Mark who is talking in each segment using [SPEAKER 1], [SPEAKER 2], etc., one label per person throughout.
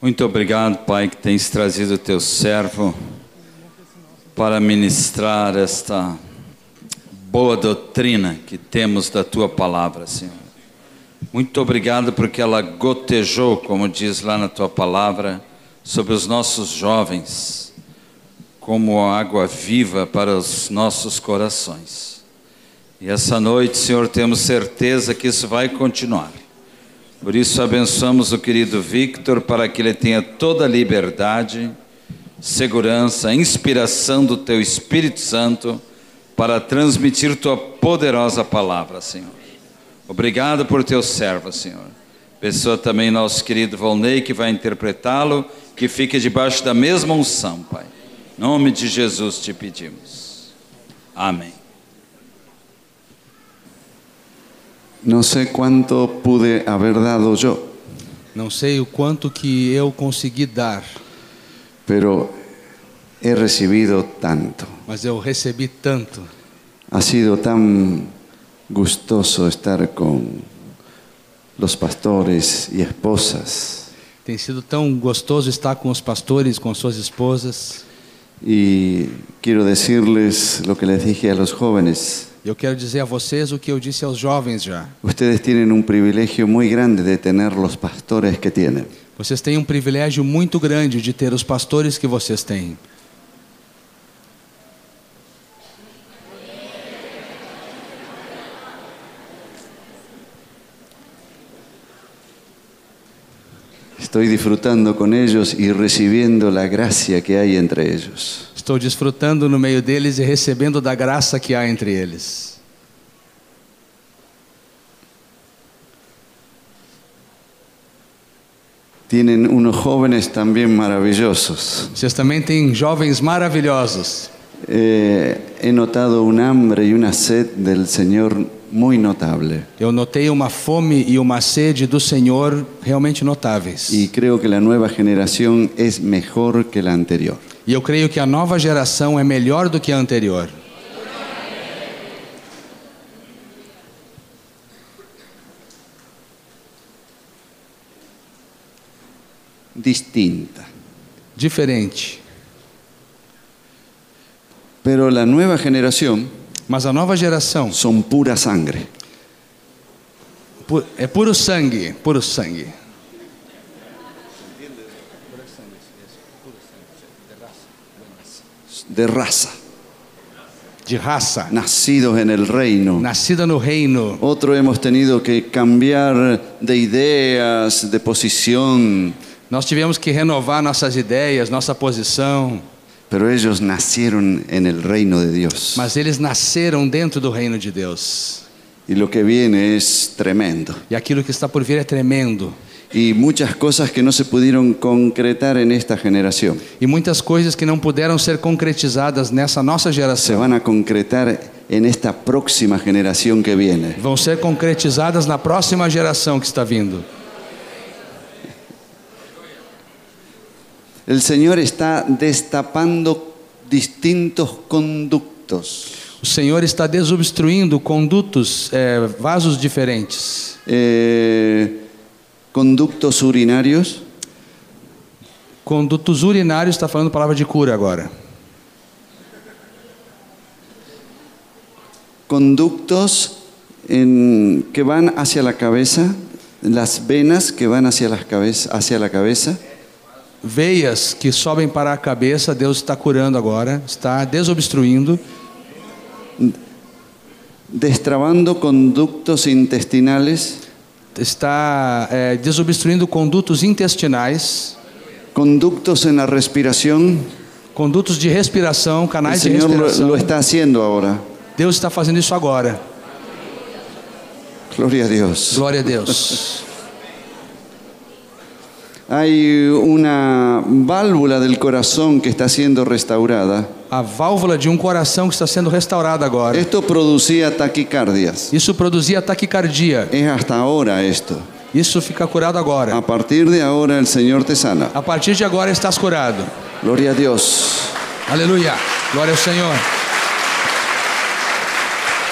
[SPEAKER 1] Muito obrigado, Pai, que tens trazido o teu servo para ministrar esta boa doutrina que temos da tua palavra, Senhor. Muito obrigado porque ela gotejou, como diz lá na tua palavra, sobre os nossos jovens, como a água viva para os nossos corações. E essa noite, Senhor, temos certeza que isso vai continuar. Por isso, abençoamos o querido Victor para que ele tenha toda a liberdade, segurança, inspiração do teu Espírito Santo para transmitir tua poderosa palavra, Senhor. Obrigado por teu servo, Senhor. Pessoa também nosso querido Volney que vai interpretá-lo, que fique debaixo da mesma unção, Pai. Em nome de Jesus te pedimos. Amém.
[SPEAKER 2] No sé cuánto pude haber dado yo,
[SPEAKER 3] Não sei o quanto que eu consegui dar,
[SPEAKER 2] pero he recibido tanto.
[SPEAKER 3] mas eu recebi tanto.
[SPEAKER 2] Ha sido tan gustoso estar con los pastores y esposas
[SPEAKER 3] Tem sido tão gostoso estar com os pastores, com suas esposas.
[SPEAKER 2] y quiero decirles lo que les dije a los jóvenes.
[SPEAKER 3] Eu quero dizer a vocês o que eu disse aos jovens já.
[SPEAKER 2] Ustedes tienen un privilegio muy grande de tener los pastores que tienen.
[SPEAKER 3] Vocês têm um privilégio muito grande de ter os pastores que vocês têm.
[SPEAKER 2] Estoy disfrutando con ellos y recibiendo la gracia que hay entre ellos.
[SPEAKER 3] Estou desfrutando no meio deles e recebendo da graça que há entre eles.
[SPEAKER 2] Tienen unos jóvenes también maravillosos.
[SPEAKER 3] Vocês também têm jovens maravilhosos.
[SPEAKER 2] Eh, he notado un hambre y una sed del Señor muy notable.
[SPEAKER 3] Eu notei uma fome e uma sede do Senhor realmente notáveis.
[SPEAKER 2] Y creo que la nueva generación es mejor que la anterior.
[SPEAKER 3] E eu creio que a nova geração é melhor do que a anterior.
[SPEAKER 2] Distinta.
[SPEAKER 3] Diferente.
[SPEAKER 2] Pero la nueva generación
[SPEAKER 3] Mas a nova geração
[SPEAKER 2] son pura sangre.
[SPEAKER 3] pu- é puro sangue, puro sangue.
[SPEAKER 2] De raza.
[SPEAKER 3] De raça.
[SPEAKER 2] Nacidos en el reino.
[SPEAKER 3] Nascida no reino.
[SPEAKER 2] Otro hemos tenido que cambiar de ideas, de posición.
[SPEAKER 3] Nós tivemos que renovar nossas ideias, nossa posição.
[SPEAKER 2] Pero ellos nacieron en el reino de Dios.
[SPEAKER 3] Mas eles nasceram dentro do reino de Deus.
[SPEAKER 2] Y lo que viene es tremendo.
[SPEAKER 3] E aquilo que está por vir é tremendo.
[SPEAKER 2] y muchas cosas que no se pudieron concretar en esta generación
[SPEAKER 3] E muitas coisas que não puderon ser concretizadas nessa nossa
[SPEAKER 2] se
[SPEAKER 3] geração
[SPEAKER 2] van a concretar en esta próxima generación que viene.
[SPEAKER 3] vão ser concretizadas na próxima geração que está vindo.
[SPEAKER 2] El Señor está destapando distintos conductos.
[SPEAKER 3] O Senhor está desobstruindo condutos, eh, vasos diferentes,
[SPEAKER 2] Eh, conductos urinarios,
[SPEAKER 3] condutos urinários. Está falando a palavra de cura agora.
[SPEAKER 2] conductos en- que van hacia la cabeza, las venas que van hacia, las cabeza, hacia la cabeza,
[SPEAKER 3] Veias que sobem para a cabeça, Deus está curando agora, está desobstruindo,
[SPEAKER 2] destrabando conductos intestinales,
[SPEAKER 3] está eh, desobstruindo condutos intestinais,
[SPEAKER 2] conductos en la respiración,
[SPEAKER 3] condutos de respiração, canais
[SPEAKER 2] El
[SPEAKER 3] de este
[SPEAKER 2] Señor lo,
[SPEAKER 3] respiração.
[SPEAKER 2] lo está haciendo ahora.
[SPEAKER 3] Deus está fazendo isso agora.
[SPEAKER 2] Gloria a Dios.
[SPEAKER 3] Glória a Deus.
[SPEAKER 2] Hay una válvula del corazón que está siendo restaurada.
[SPEAKER 3] A válvula de um coração que está sendo restaurada agora.
[SPEAKER 2] Esto producía taquicardias.
[SPEAKER 3] Isso produzia taquicardia.
[SPEAKER 2] Es hasta ahora esto.
[SPEAKER 3] Isso fica curado agora.
[SPEAKER 2] A partir de ahora el Señor te sana.
[SPEAKER 3] A partir de agora estás curado.
[SPEAKER 2] Gloria a Dios.
[SPEAKER 3] Aleluia. Glória ao Senhor.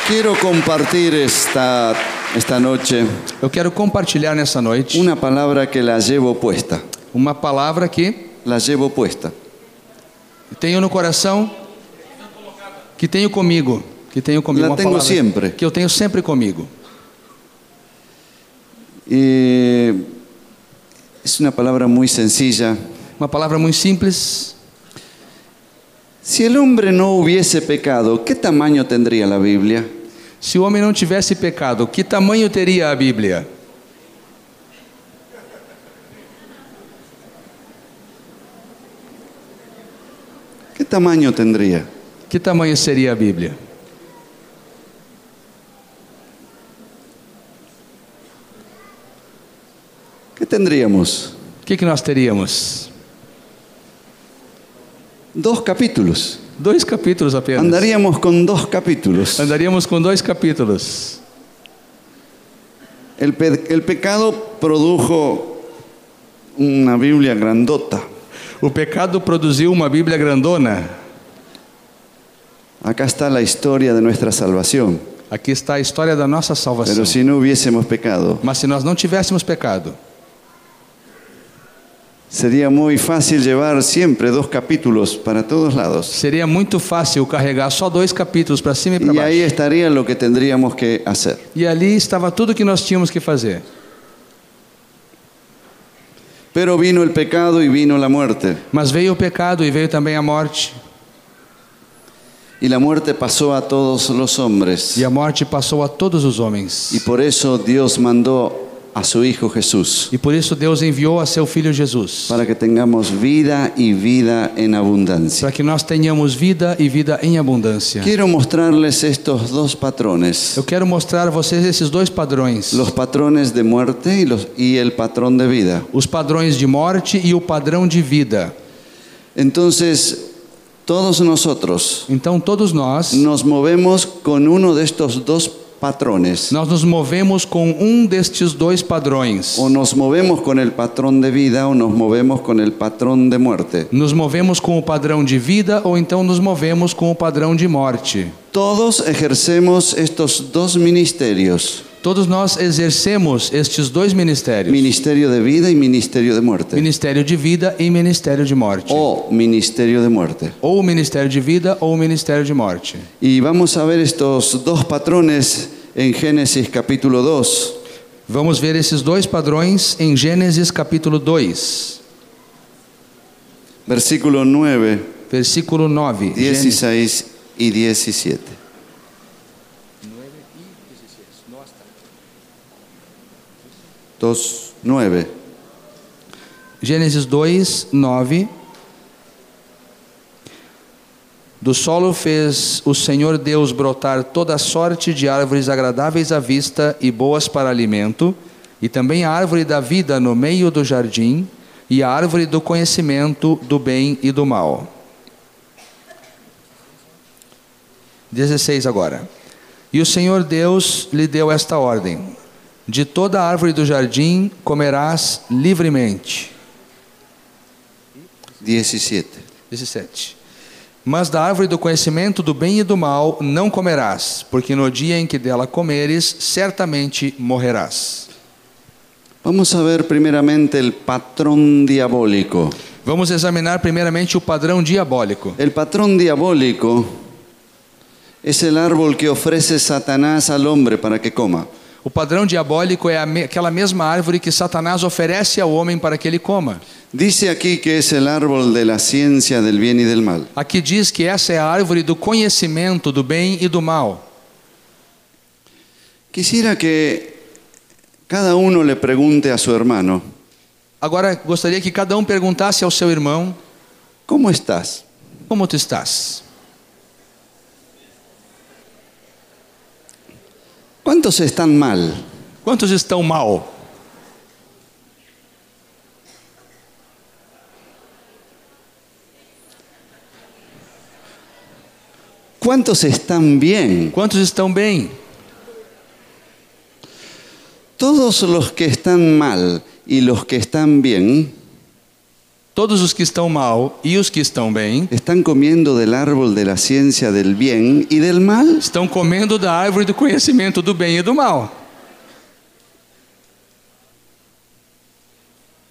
[SPEAKER 2] Quiero compartir esta, esta noche
[SPEAKER 3] Eu quero compartilhar nessa noite
[SPEAKER 2] una palabra que la llevo puesta.
[SPEAKER 3] Uma palavra que
[SPEAKER 2] la llevo puesta.
[SPEAKER 3] tenho no coração, que tenho comigo, que tenho comigo.
[SPEAKER 2] La
[SPEAKER 3] uma
[SPEAKER 2] tengo
[SPEAKER 3] palavra
[SPEAKER 2] siempre.
[SPEAKER 3] Que eu tenho sempre comigo.
[SPEAKER 2] Eh, es una palabra muy sencilla.
[SPEAKER 3] Uma palavra muito simples.
[SPEAKER 2] Si el hombre no hubiese pecado, ¿qué tamaño tendría la Biblia?
[SPEAKER 3] Se o homem não tivesse pecado, que tamanho teria a Bíblia?
[SPEAKER 2] ¿Qué tamaño tendría?
[SPEAKER 3] Que tamanho seria a Bíblia?
[SPEAKER 2] ¿Qué tendríamos?
[SPEAKER 3] O que, que nós teríamos?
[SPEAKER 2] Dos capítulos.
[SPEAKER 3] Dois capítulos apenas.
[SPEAKER 2] Andaríamos con dos capítulos.
[SPEAKER 3] Andaríamos com dois capítulos.
[SPEAKER 2] El, pe- el pecado produjo una Biblia grandota.
[SPEAKER 3] O pecado produziu uma Bíblia grandona.
[SPEAKER 2] Acá está la historia de nuestra salvación.
[SPEAKER 3] Aqui está a história da nossa salvação.
[SPEAKER 2] Pero si no hubiésemos pecado,
[SPEAKER 3] Mas se nós não tivéssemos pecado,
[SPEAKER 2] sería muy fácil llevar siempre dos capítulos para todos lados.
[SPEAKER 3] seria muito fácil carregar só dois capítulos para cima e para
[SPEAKER 2] Y
[SPEAKER 3] baixo.
[SPEAKER 2] ahí estaría lo que tendríamos que hacer.
[SPEAKER 3] E ali estava tudo que nós tínhamos que fazer.
[SPEAKER 2] Pero vino el pecado y vino la muerte.
[SPEAKER 3] Mas veio o pecado e veio também a morte.
[SPEAKER 2] Y la muerte pasó a todos los hombres.
[SPEAKER 3] E a morte passou a todos os homens.
[SPEAKER 2] Y por eso Dios mandó a su Hijo Jesús,
[SPEAKER 3] E por isso Deus enviou a seu filho Jesus,
[SPEAKER 2] para que tengamos vida y vida en abundancia.
[SPEAKER 3] para que nós tenhamos vida e vida em abundância.
[SPEAKER 2] Quiero mostrarles estos dos patrones,
[SPEAKER 3] Eu quero mostrar a vocês esses dois padrões,
[SPEAKER 2] los patrones de muerte y, los, y el patrón de vida.
[SPEAKER 3] os padrões de morte e o padrão de vida.
[SPEAKER 2] Entonces, todos nosotros
[SPEAKER 3] Então todos nós
[SPEAKER 2] nos movemos con uno de estos dos patrones,
[SPEAKER 3] nós nos movemos com um destes dois padrões.
[SPEAKER 2] o nos movemos con el patrón de vida o nos movemos con el patrón de muerte.
[SPEAKER 3] Nos movemos com o padrão de vida ou então nos movemos com o padrão de morte.
[SPEAKER 2] Todos ejercemos estos dos ministerios,
[SPEAKER 3] Todos nós exercemos estes dois ministérios:
[SPEAKER 2] ministerio de vida y ministerio de muerte.
[SPEAKER 3] ministério de vida e ministério de morte.
[SPEAKER 2] o ministerio de muerte.
[SPEAKER 3] Ou o ministério de vida ou o ministério de morte.
[SPEAKER 2] Y vamos a ver estos dos patrones en Génesis capítulo 2.
[SPEAKER 3] Vamos ver esses dois padrões em Gênesis capítulo 2,
[SPEAKER 2] Versículo 9,
[SPEAKER 3] versículo 9. Gênesis
[SPEAKER 2] 16 y 17. Dos, nueve.
[SPEAKER 3] Gênesis 2, 9. Do solo fez o Senhor Deus brotar toda sorte de árvores agradáveis à vista e boas para alimento, e também a árvore da vida no meio do jardim, e a árvore do conhecimento do bem e do mal. 16 agora. E o Senhor Deus lhe deu esta ordem: De toda árvore do jardim comerás livremente.
[SPEAKER 2] 17.
[SPEAKER 3] 17. Mas da árvore do conhecimento do bem e do mal não comerás, porque no dia em que dela comeres, certamente morrerás.
[SPEAKER 2] Vamos a ver primeramente el patrón diabólico.
[SPEAKER 3] Vamos examinar primeiramente o padrão diabólico.
[SPEAKER 2] El patrón diabólico es el árbol que ofrece Satanás al hombre para que coma.
[SPEAKER 3] O padrão diabólico é a me- aquela mesma árvore que Satanás oferece ao homem para que ele coma.
[SPEAKER 2] Dice aquí que es el árbol de la ciencia del bien y del mal.
[SPEAKER 3] Aqui diz que essa é a árvore do conhecimento do bem e do mal.
[SPEAKER 2] Quisiera que cada uno le pregunte a su hermano,
[SPEAKER 3] Agora gostaria que cada um perguntasse ao seu irmão:
[SPEAKER 2] ¿cómo estás?
[SPEAKER 3] Como tu estás?
[SPEAKER 2] ¿Cuántos están mal?
[SPEAKER 3] Quantos estão mal?
[SPEAKER 2] ¿Cuántos están bien?
[SPEAKER 3] Quantos estão bem?
[SPEAKER 2] Todos los que están mal y los que están bien
[SPEAKER 3] Todos os que estão mal e os que estão bem
[SPEAKER 2] están comiendo del árbol de la ciencia del bien y del mal.
[SPEAKER 3] estão comendo da árvore do conhecimento do bem e do mal.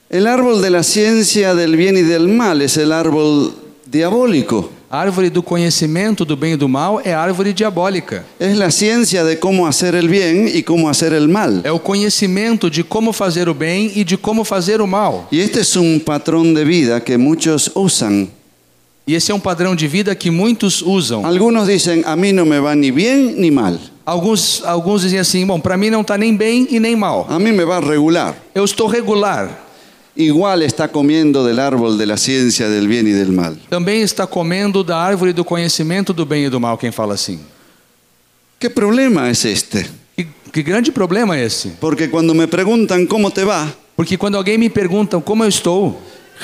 [SPEAKER 2] El árbol de la ciencia del bien y del mal es el árbol diabólico.
[SPEAKER 3] A árvore do conhecimento do bem e do mal é árvore diabólica.
[SPEAKER 2] Es la ciencia de cómo hacer el bien y cómo hacer el mal.
[SPEAKER 3] É o conhecimento de como fazer o bem e de como fazer o mal.
[SPEAKER 2] Y este es un patrón de vida que muchos usan.
[SPEAKER 3] E esse é um padrão de vida que muitos usam.
[SPEAKER 2] Algunos dicen, a mí no me va ni bien ni mal.
[SPEAKER 3] Alguns, alguns dizem assim: bom, para mí não está nem bem e nem mal.
[SPEAKER 2] A mí me va regular.
[SPEAKER 3] Eu estou regular.
[SPEAKER 2] Igual está comiendo del árbol de la ciencia del bien y del mal.
[SPEAKER 3] Também está comendo da árvore do conhecimento do bem e do mal, quem fala assim.
[SPEAKER 2] ¿Qué problema es este?
[SPEAKER 3] Que, que grande problema é esse?
[SPEAKER 2] Porque cuando me preguntan cómo te va,
[SPEAKER 3] Porque quando alguém me pergunta como eu estou,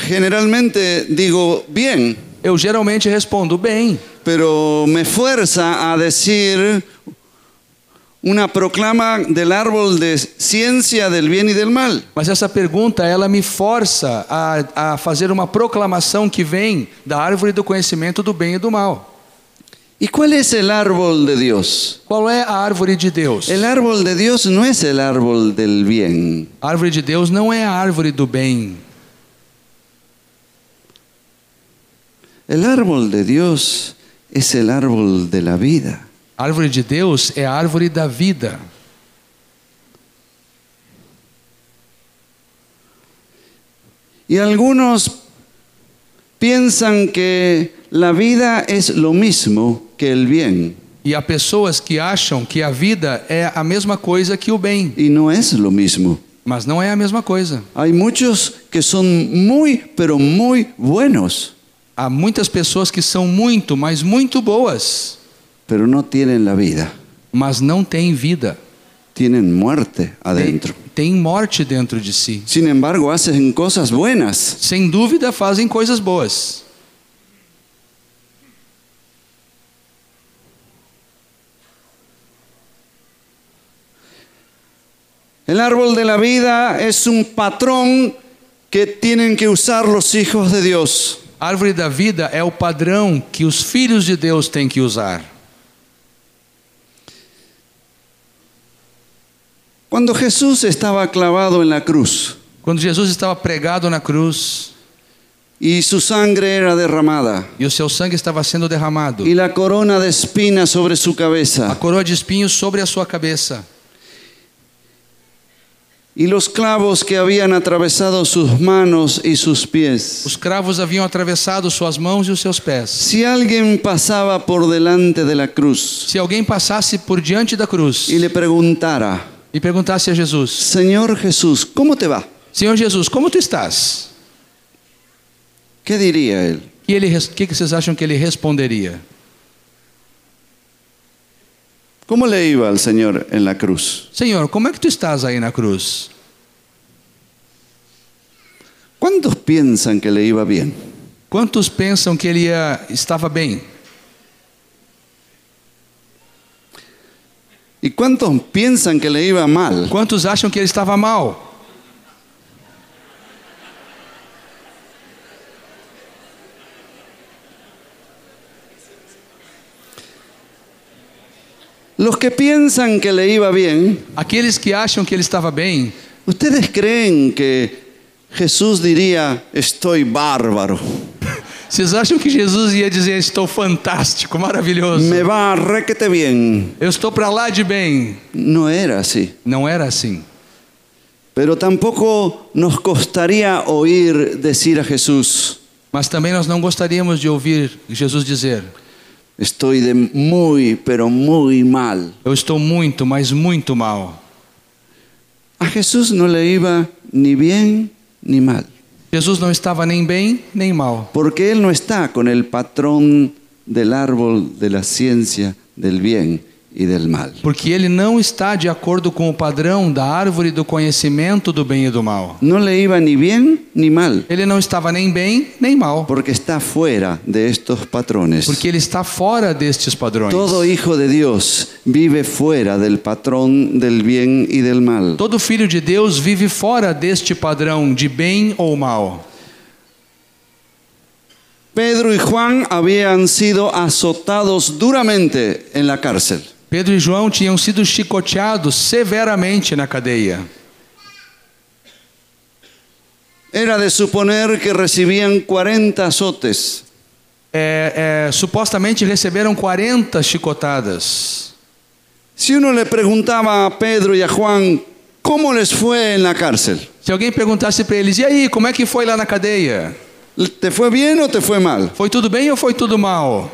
[SPEAKER 2] generalmente digo bien,
[SPEAKER 3] eu geralmente respondo bem,
[SPEAKER 2] pero me fuerza a decir una proclama del árbol de ciencia del bien y del mal.
[SPEAKER 3] mas essa pergunta ela me força a, a fazer uma proclamação que vem da árvore do conhecimento do bem e do mal.
[SPEAKER 2] ¿Y cuál es el árbol de Dios?
[SPEAKER 3] Qual é a árvore de Deus?
[SPEAKER 2] El árbol de Dios no es el árbol del bien.
[SPEAKER 3] A árvore de Deus não é a árvore do bem.
[SPEAKER 2] El árbol de Dios es el árbol de la vida.
[SPEAKER 3] A árvore de Deus é a árvore da vida.
[SPEAKER 2] Y algunos piensan que la vida es lo mismo que el bien.
[SPEAKER 3] E há pessoas que acham que a vida é a mesma coisa que o bem,
[SPEAKER 2] Y no es lo mismo.
[SPEAKER 3] mas não é a mesma coisa.
[SPEAKER 2] Hay muchos que son muy, pero muy buenos,
[SPEAKER 3] Há muitas pessoas que são muito, mas muito boas,
[SPEAKER 2] pero no tienen la vida.
[SPEAKER 3] mas não têm vida.
[SPEAKER 2] Tienen muerte
[SPEAKER 3] Tem,
[SPEAKER 2] adentro.
[SPEAKER 3] tem morte dentro de si.
[SPEAKER 2] Sin embargo, hacen cosas buenas.
[SPEAKER 3] Sem dúvida fazem coisas boas.
[SPEAKER 2] El árbol de la vida es un patrón que tienen que usar los hijos de Dios.
[SPEAKER 3] A árvore da vida é o padrão que os filhos de Deus têm que usar.
[SPEAKER 2] Cuando Jesús estaba clavado en la cruz
[SPEAKER 3] Quando Jesus estava pregado na cruz
[SPEAKER 2] y su sangre era derramada
[SPEAKER 3] e o seu sangue estava sendo derramado,
[SPEAKER 2] y la corona de espinas sobre su
[SPEAKER 3] a
[SPEAKER 2] cabeza
[SPEAKER 3] coroa de espinhos sobre a sua cabeça
[SPEAKER 2] y los clavos que habían atravesado sus manos y sus pies,
[SPEAKER 3] Os cravos haviam atravessado suas mãos e os seus pés.
[SPEAKER 2] si alguien pasaba por delante de la cruz
[SPEAKER 3] Se alguém passasse por diante da cruz
[SPEAKER 2] y le preguntara,
[SPEAKER 3] e perguntasse a Jesus:
[SPEAKER 2] Señor Jesús, ¿cómo te va?
[SPEAKER 3] Senhor Jesus, como tu estás?
[SPEAKER 2] ¿Qué diría él?
[SPEAKER 3] E ele, res- o que que vocês acham que ele responderia?
[SPEAKER 2] ¿Cómo le iba al Señor en la cruz?
[SPEAKER 3] Senhor, como é que tu estás aí na cruz?
[SPEAKER 2] ¿Cuántos piensan que le iba bien?
[SPEAKER 3] Quantos pensam que ele ia, estava bem?
[SPEAKER 2] ¿Y cuántos piensan que le iba mal?
[SPEAKER 3] Quantos acham que ele estava mal?
[SPEAKER 2] Los que piensan que le iba bien,
[SPEAKER 3] Aqueles que acham que ele estava bem,
[SPEAKER 2] ¿ustedes creen que Jesús diría, estoy bárbaro?
[SPEAKER 3] vocês acham que Jesus ia dizer: Estou fantástico, maravilhoso,
[SPEAKER 2] Me va requete bien.
[SPEAKER 3] eu estou para lá de bem?
[SPEAKER 2] No era así.
[SPEAKER 3] Não era assim.
[SPEAKER 2] Pero tampoco nos costaría oír decir a Jesús,
[SPEAKER 3] Mas também nós não gostaríamos de ouvir Jesus dizer:
[SPEAKER 2] estoy de muy, pero muy mal.
[SPEAKER 3] Eu estou muito, mas muito mal.
[SPEAKER 2] A Jesús no le iba ni bien ni mal,
[SPEAKER 3] Jesus não estava nem bem nem mal,
[SPEAKER 2] porque Él no está con el patrón del árbol de la ciencia del bien y del mal.
[SPEAKER 3] porque ele não está de acordo com o padrão da árvore do conhecimento do bem e do mal.
[SPEAKER 2] No le iba ni bien ni mal,
[SPEAKER 3] Ele não estava nem bem nem mal,
[SPEAKER 2] porque está fuera de estos patrones.
[SPEAKER 3] porque ele está fora destes padrões.
[SPEAKER 2] Todo hijo de Dios vive fuera del patrón del bien y del mal.
[SPEAKER 3] Todo filho de Deus vive fora deste padrão de bem ou mal.
[SPEAKER 2] Pedro y Juan habían sido azotados duramente en la cárcel.
[SPEAKER 3] Pedro e João tinham sido chicoteados severamente na cadeia.
[SPEAKER 2] Era de suponer que recibían 40 azotes.
[SPEAKER 3] É, é, supostamente receberam 40 chicotadas.
[SPEAKER 2] Si uno le preguntaba a Pedro y a Juan, ¿cómo les fue en la cárcel?
[SPEAKER 3] Se alguém perguntasse para eles, e aí, como é que foi lá na cadeia?
[SPEAKER 2] ¿Te fue bien o te fue mal?
[SPEAKER 3] Foi tudo bem ou foi tudo mal?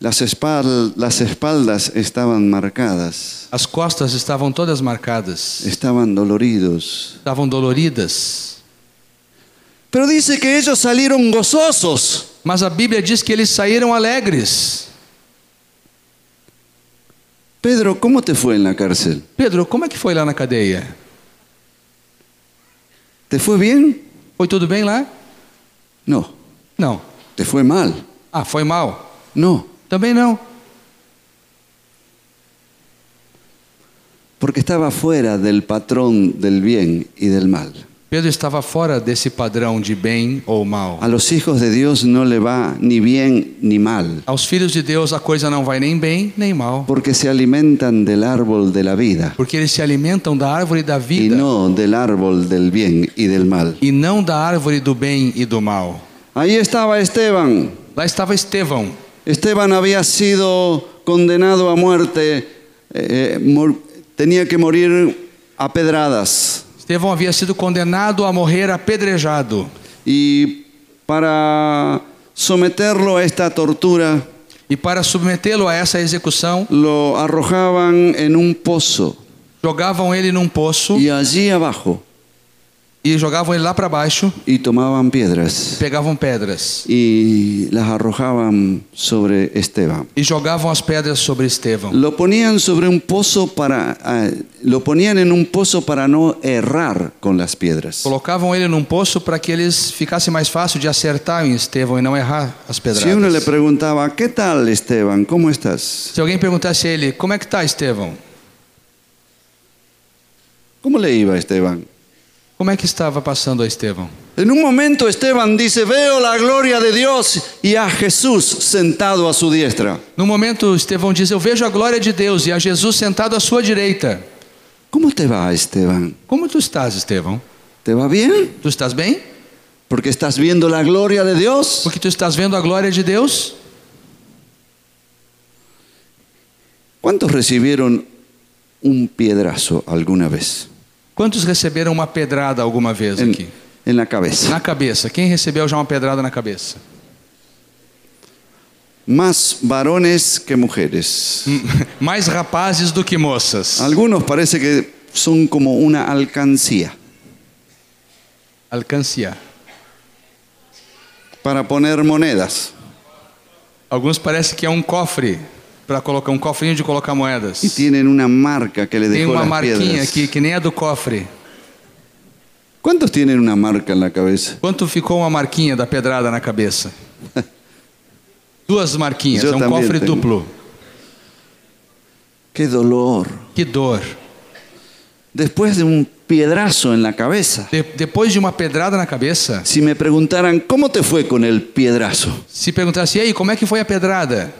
[SPEAKER 2] Las, espal- las espaldas estaban marcadas,
[SPEAKER 3] As costas estavam todas marcadas,
[SPEAKER 2] estaban doloridos.
[SPEAKER 3] estavam doloridas.
[SPEAKER 2] Pero dice que ellos salieron gozosos.
[SPEAKER 3] Mas a Bíblia diz que eles saíram alegres.
[SPEAKER 2] Pedro, ¿cómo te fue en la cárcel?
[SPEAKER 3] Pedro, como é que foi lá na cadeia?
[SPEAKER 2] ¿Te fue bien?
[SPEAKER 3] Foi tudo bem lá?
[SPEAKER 2] No.
[SPEAKER 3] Não.
[SPEAKER 2] ¿Te fue mal?
[SPEAKER 3] Ah, foi mal?
[SPEAKER 2] No.
[SPEAKER 3] Também não.
[SPEAKER 2] Porque estaba fuera del patrón del bien y del mal.
[SPEAKER 3] Pedro estava fora desse padrão de bem ou mal.
[SPEAKER 2] A los hijos de Dios no le va ni bien ni mal,
[SPEAKER 3] Aos filhos de Deus a coisa não vai nem bem nem mal,
[SPEAKER 2] porque se alimentan del árbol de la vida
[SPEAKER 3] porque eles se alimentam da árvore da
[SPEAKER 2] y
[SPEAKER 3] vida
[SPEAKER 2] no del árbol del bien y del mal.
[SPEAKER 3] e não da árvore do bem e do mal.
[SPEAKER 2] Ahí estaba Esteban.
[SPEAKER 3] Lá estava Estevão.
[SPEAKER 2] Esteban había sido condenado a muerte, eh, eh, mor- tenía que morir a pedradas.
[SPEAKER 3] Estevão havia sido condenado a morrer apedrejado.
[SPEAKER 2] Y para someterlo a esta tortura,
[SPEAKER 3] E para submetê-lo a essa execução,
[SPEAKER 2] lo arrojaban en un pozo
[SPEAKER 3] jogavam ele num poço
[SPEAKER 2] y allí abajo
[SPEAKER 3] e jogavam ele lá para baixo,
[SPEAKER 2] y tomaban piedras.
[SPEAKER 3] pegavam pedras
[SPEAKER 2] y las arrojaban sobre Esteban.
[SPEAKER 3] e jogavam as pedras sobre Estevão.
[SPEAKER 2] Lo ponían sobre un pozo para ah, lo ponían en un pozo para no errar con las piedras.
[SPEAKER 3] Colocavam ele num poço para que eles ficasse mais fácil de acertar em Estevão e não errar as
[SPEAKER 2] Si uno le
[SPEAKER 3] pedradas.
[SPEAKER 2] preguntaba, "¿Qué tal, Esteban? ¿Cómo estás?
[SPEAKER 3] Se alguém perguntasse a ele, como é que tá, Estevão?
[SPEAKER 2] ¿Cómo le iba a Esteban?"
[SPEAKER 3] Como é que estava passando a Estevão?
[SPEAKER 2] En un momento Esteban dice, "Veo la gloria de Dios y a Jesús sentado a su diestra."
[SPEAKER 3] No momento, Estevão diz: Eu vejo a glória de Deus e a Jesus sentado à sua direita.
[SPEAKER 2] ¿Cómo te va, Esteban?
[SPEAKER 3] Como tu estás, Estevão?
[SPEAKER 2] ¿Te va bien?
[SPEAKER 3] Tu estás bem?
[SPEAKER 2] ¿Porque estás viendo la gloria de Dios?
[SPEAKER 3] Porque tu estás vendo a glória de Deus?
[SPEAKER 2] ¿Cuántos recibieron un piedrazo alguna vez?
[SPEAKER 3] Quantos receberam uma pedrada alguma vez aqui?
[SPEAKER 2] en, en la cabeza.
[SPEAKER 3] Na cabeça. Quem recebeu já uma pedrada na cabeça?
[SPEAKER 2] Más varones que mujeres.
[SPEAKER 3] Mais rapazes do que moças.
[SPEAKER 2] Algunos parece que son como una alcancía
[SPEAKER 3] Alcancia.
[SPEAKER 2] para poner monedas.
[SPEAKER 3] Alguns parece que é um cofre para colocar um cofrinho de colocar moedas.
[SPEAKER 2] Y tienen una marca que le
[SPEAKER 3] Tem
[SPEAKER 2] dejó
[SPEAKER 3] uma
[SPEAKER 2] las
[SPEAKER 3] marquinha
[SPEAKER 2] piedras.
[SPEAKER 3] aqui que nem é do cofre.
[SPEAKER 2] ¿Cuántos tienen una marca en la cabeza?
[SPEAKER 3] Quanto ficou uma marquinha da pedrada na cabeça? Duas marquinhas,
[SPEAKER 2] Eu
[SPEAKER 3] é um
[SPEAKER 2] também
[SPEAKER 3] cofre
[SPEAKER 2] tenho.
[SPEAKER 3] duplo.
[SPEAKER 2] ¡Qué dolor!
[SPEAKER 3] Que dor.
[SPEAKER 2] Después de un piedrazo en la cabeza.
[SPEAKER 3] De- depois de uma pedrada na cabeça,
[SPEAKER 2] Si me preguntaran, ¿cómo te fue con el piedrazo?
[SPEAKER 3] se perguntasse, e aí, como é que foi a pedrada?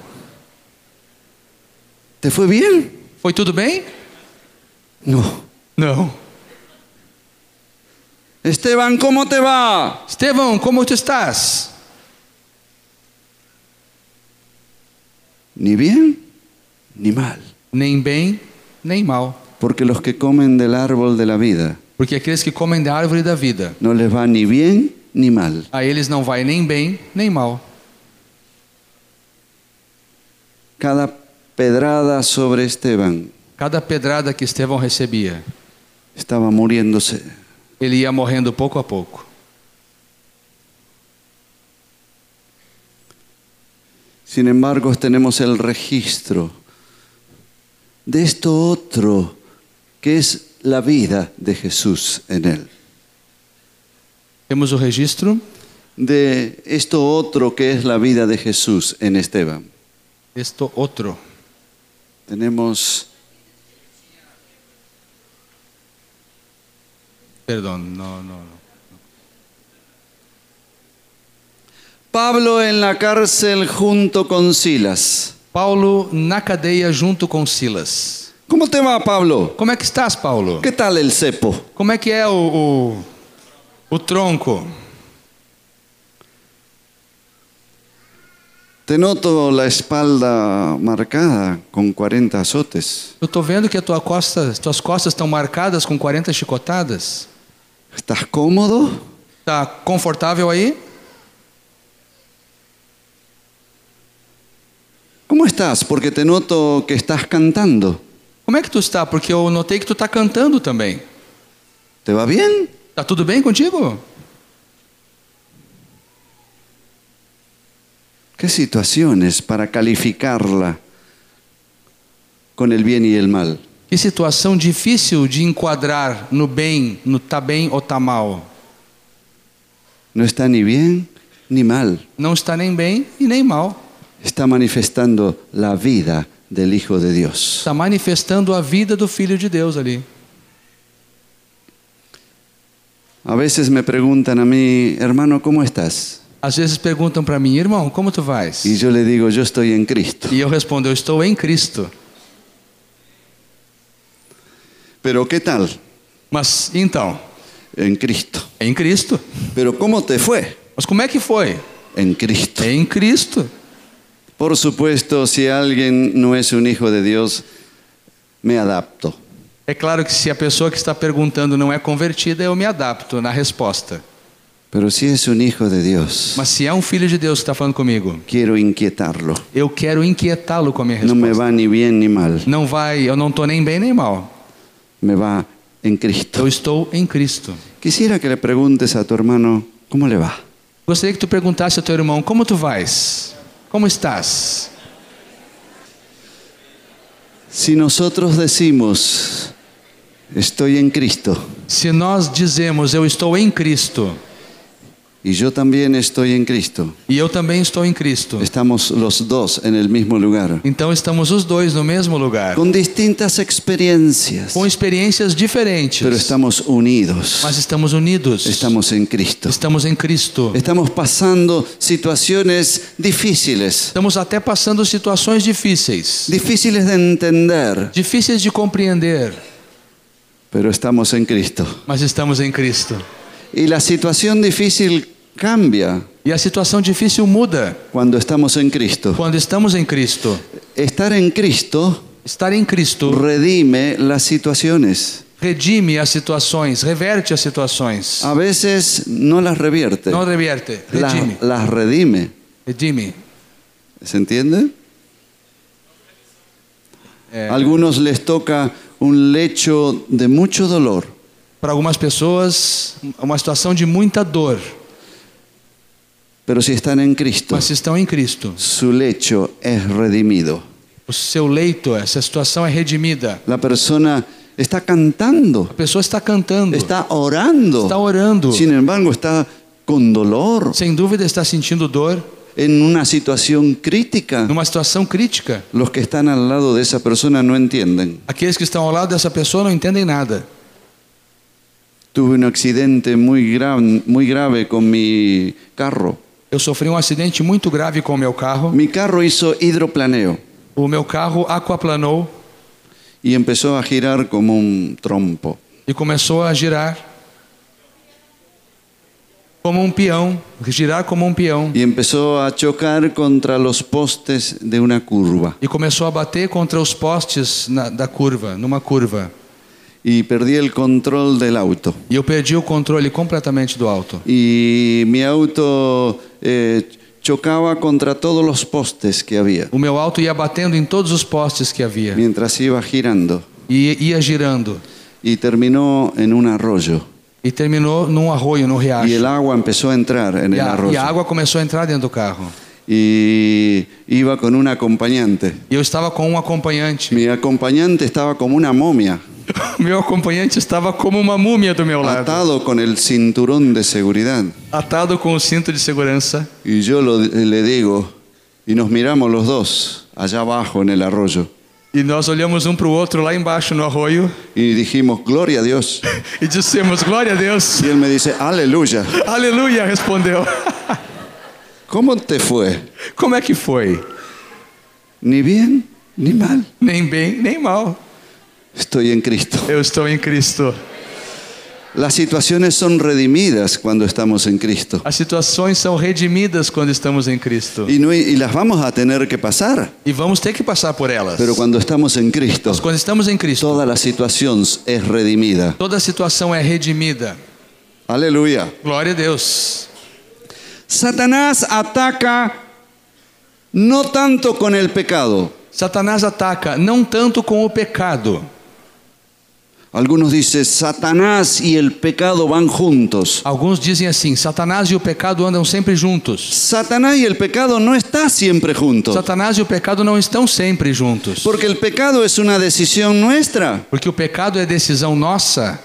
[SPEAKER 2] ¿Te fue bien?
[SPEAKER 3] Foi tudo bem?
[SPEAKER 2] No.
[SPEAKER 3] Não.
[SPEAKER 2] Esteban, ¿cómo te va?
[SPEAKER 3] Estevão, como tu estás?
[SPEAKER 2] Ni bien, ni mal.
[SPEAKER 3] Nem bem, nem mal.
[SPEAKER 2] Porque los que comen del árbol de la vida
[SPEAKER 3] Porque aqueles que comem da árvore da vida,
[SPEAKER 2] no les va ni bien ni mal.
[SPEAKER 3] a eles não vai nem bem, nem mal.
[SPEAKER 2] Cada pedrada sobre Esteban
[SPEAKER 3] Cada pedrada que Estevão recebia,
[SPEAKER 2] estaba muriéndose.
[SPEAKER 3] ele ia morrendo pouco a pouco.
[SPEAKER 2] Sin embargo, tenemos el registro de esto otro que es la vida de Jesús en él.
[SPEAKER 3] Temos o registro
[SPEAKER 2] De esto otro que es la vida de Jesús en Esteban.
[SPEAKER 3] Esto outro.
[SPEAKER 2] Tenemos
[SPEAKER 3] Perdão, não, não, não.
[SPEAKER 2] Pablo en la cárcel junto con Silas.
[SPEAKER 3] Paulo na cadeia junto com Silas.
[SPEAKER 2] ¿Cómo te va, Pablo?
[SPEAKER 3] Como é que estás, Paulo?
[SPEAKER 2] ¿Qué tal el cepo?
[SPEAKER 3] Como é que é o, o, o tronco?
[SPEAKER 2] Te noto la espalda marcada con 40 azotes.
[SPEAKER 3] Eu tô vendo que a tua costa, as tuas costas estão marcadas com 40 chicotadas.
[SPEAKER 2] ¿Estás cómodo?
[SPEAKER 3] Tá confortável aí?
[SPEAKER 2] ¿Cómo estás? Porque te noto que estás cantando.
[SPEAKER 3] Como é que tu está? Porque eu notei que tu tá cantando também.
[SPEAKER 2] ¿Te va bien?
[SPEAKER 3] Tá tudo bem contigo?
[SPEAKER 2] ¿Qué situaciones para calificarla con el bien y el mal?
[SPEAKER 3] Que situação difícil de enquadrar no bem, no tá bem ou tá mal.
[SPEAKER 2] No está ni bien ni mal.
[SPEAKER 3] Não está nem bem e nem mal.
[SPEAKER 2] Está manifestando la vida del Hijo de Dios.
[SPEAKER 3] Está manifestando a vida do Filho de Deus ali.
[SPEAKER 2] A veces me preguntan a mí, hermano, ¿cómo estás?
[SPEAKER 3] Às vezes perguntam para mim, irmão, como tu vais?
[SPEAKER 2] Y yo le digo, yo estoy en Cristo.
[SPEAKER 3] E eu respondo, eu estou em Cristo.
[SPEAKER 2] Pero ¿qué tal?
[SPEAKER 3] Mas então, é
[SPEAKER 2] En Cristo.
[SPEAKER 3] em Cristo?
[SPEAKER 2] Pero ¿cómo te fue?
[SPEAKER 3] Mas como é que foi? É
[SPEAKER 2] En Cristo.
[SPEAKER 3] Em Cristo.
[SPEAKER 2] Por supuesto, si alguien no es un hijo de Dios, me adapto.
[SPEAKER 3] É claro que se a pessoa que está perguntando não é convertida, eu me adapto na resposta.
[SPEAKER 2] Pero si es un hijo de Dios,
[SPEAKER 3] Mas se é um filho de Deus que está falando comigo,
[SPEAKER 2] quiero inquietarlo.
[SPEAKER 3] eu quero inquietá-lo com a minha
[SPEAKER 2] No
[SPEAKER 3] resposta.
[SPEAKER 2] me va ni bien ni mal,
[SPEAKER 3] Não vai, eu não estou nem bem nem mal.
[SPEAKER 2] me va en Cristo.
[SPEAKER 3] Eu estou em Cristo.
[SPEAKER 2] Quisiera que le preguntes a tu hermano, ¿cómo le va?
[SPEAKER 3] Gostaria que tu perguntasse ao teu irmão, como tu vais? Como estás?
[SPEAKER 2] Si nosotros decimos, estoy en Cristo,
[SPEAKER 3] Se nós dizemos, eu estou em Cristo,
[SPEAKER 2] y yo también estoy en Cristo,
[SPEAKER 3] e eu também estou em Cristo,
[SPEAKER 2] estamos los dos en el mismo lugar,
[SPEAKER 3] então estamos os dois no mesmo lugar,
[SPEAKER 2] con distintas experiencias,
[SPEAKER 3] com experiências diferentes,
[SPEAKER 2] pero estamos unidos,
[SPEAKER 3] mas estamos unidos,
[SPEAKER 2] estamos en Cristo.
[SPEAKER 3] estamos em Cristo.
[SPEAKER 2] Estamos pasando situaciones difíciles,
[SPEAKER 3] Estamos até passando situações difíceis,
[SPEAKER 2] difíciles de entender,
[SPEAKER 3] difíceis de compreender,
[SPEAKER 2] pero estamos en Cristo.
[SPEAKER 3] mas estamos em Cristo.
[SPEAKER 2] Y la situación difícil cambia
[SPEAKER 3] E a situação difícil muda
[SPEAKER 2] cuando estamos en Cristo.
[SPEAKER 3] quando estamos em Cristo.
[SPEAKER 2] Estar en Cristo
[SPEAKER 3] Estar em Cristo
[SPEAKER 2] redime las situaciones.
[SPEAKER 3] redime as situações, reverte as situações.
[SPEAKER 2] A veces no las revierte,
[SPEAKER 3] Não reverte,
[SPEAKER 2] las,
[SPEAKER 3] redime.
[SPEAKER 2] las redime.
[SPEAKER 3] Redime.
[SPEAKER 2] ¿Se entiende? Eh.
[SPEAKER 3] É,
[SPEAKER 2] Algunos les toca un lecho de mucho dolor,
[SPEAKER 3] Para algumas pessoas, uma situação de muita dor,
[SPEAKER 2] pero si están en Cristo,
[SPEAKER 3] mas estão em Cristo.
[SPEAKER 2] su lecho es redimido.
[SPEAKER 3] O seu leito, essa situação é redimida.
[SPEAKER 2] La persona está cantando,
[SPEAKER 3] A pessoa está cantando, está,
[SPEAKER 2] está orando,
[SPEAKER 3] orando,
[SPEAKER 2] sin embargo está con dolor,
[SPEAKER 3] sem dúvida está sentindo dor,
[SPEAKER 2] en una situación crítica.
[SPEAKER 3] numa situação crítica.
[SPEAKER 2] Los que están al lado de esa persona no entienden.
[SPEAKER 3] Aqueles que estão ao lado dessa pessoa não entendem nada.
[SPEAKER 2] Tuve un accidente muy, gran- muy grave con mi carro.
[SPEAKER 3] Eu sofri um acidente muito grave com o meu carro.
[SPEAKER 2] Mi carro hizo hidroplaneo
[SPEAKER 3] O meu carro aquaplanou
[SPEAKER 2] y empezó a girar como un trompo.
[SPEAKER 3] e começou a girar como um peão, girar como um peão.
[SPEAKER 2] Y empezó a chocar contra los postes de una curva.
[SPEAKER 3] E começou a bater contra os postes na, da curva, numa curva.
[SPEAKER 2] Y perdí el control del auto.
[SPEAKER 3] E eu perdi o controle completamente do auto.
[SPEAKER 2] y mi auto eh, chocaba contra todos los postes que había
[SPEAKER 3] O meu auto ia batendo em todos os postes que havia
[SPEAKER 2] mientras iba girando
[SPEAKER 3] e ia girando
[SPEAKER 2] y terminó en un arroyo
[SPEAKER 3] e terminou num arroio, num
[SPEAKER 2] y el
[SPEAKER 3] riacho.
[SPEAKER 2] agua empezó a entrar en el
[SPEAKER 3] E a, e a
[SPEAKER 2] arroyo
[SPEAKER 3] água começou a entrar dentro do carro.
[SPEAKER 2] y iba con un acompañante.
[SPEAKER 3] E eu estava com um acompanhante.
[SPEAKER 2] Mi acompañante estaba como una momia,
[SPEAKER 3] Meu acompanhante estava como uma múmia do meu lado,
[SPEAKER 2] atado con el cinturón de seguridad.
[SPEAKER 3] atado com o cinto de segurança.
[SPEAKER 2] Y yo lo- le digo, y nos miramos los dos allá abajo en el arroyo
[SPEAKER 3] E nós olhamos um para o outro lá embaixo no arroio
[SPEAKER 2] y dijimos, gloria a Dios.
[SPEAKER 3] e dissemos: Glória a Deus.
[SPEAKER 2] Y él me dice, aleluya.
[SPEAKER 3] Aleluia, respondeu.
[SPEAKER 2] ¿Cómo te fue?
[SPEAKER 3] Como é que foi?
[SPEAKER 2] ni bien ni mal.
[SPEAKER 3] Nem bem, nem mal.
[SPEAKER 2] Estoy en Cristo.
[SPEAKER 3] Eu estou em Cristo.
[SPEAKER 2] Las situaciones son redimidas cuando estamos en Cristo.
[SPEAKER 3] As situações são redimidas quando estamos em Cristo.
[SPEAKER 2] Y, no- y las vamos a tener que pasar.
[SPEAKER 3] E vamos ter que passar por elas.
[SPEAKER 2] Pero cuando estamos en Cristo,
[SPEAKER 3] Mas quando estamos em Cristo,
[SPEAKER 2] toda la situación es redimida.
[SPEAKER 3] toda situação é redimida.
[SPEAKER 2] Aleluya.
[SPEAKER 3] Glória a Deus.
[SPEAKER 2] Satanás ataca no tanto con el pecado.
[SPEAKER 3] Satanás ataca não tanto com o pecado.
[SPEAKER 2] Algunos dicen, Satanás y el pecado van juntos.
[SPEAKER 3] Alguns dizem assim: Satanás e o pecado andam sempre juntos.
[SPEAKER 2] Satanás y el pecado no están siempre juntos.
[SPEAKER 3] Satanás e o pecado não estão sempre juntos.
[SPEAKER 2] Porque el pecado es una decisión nuestra.
[SPEAKER 3] Porque o pecado é decisão nossa.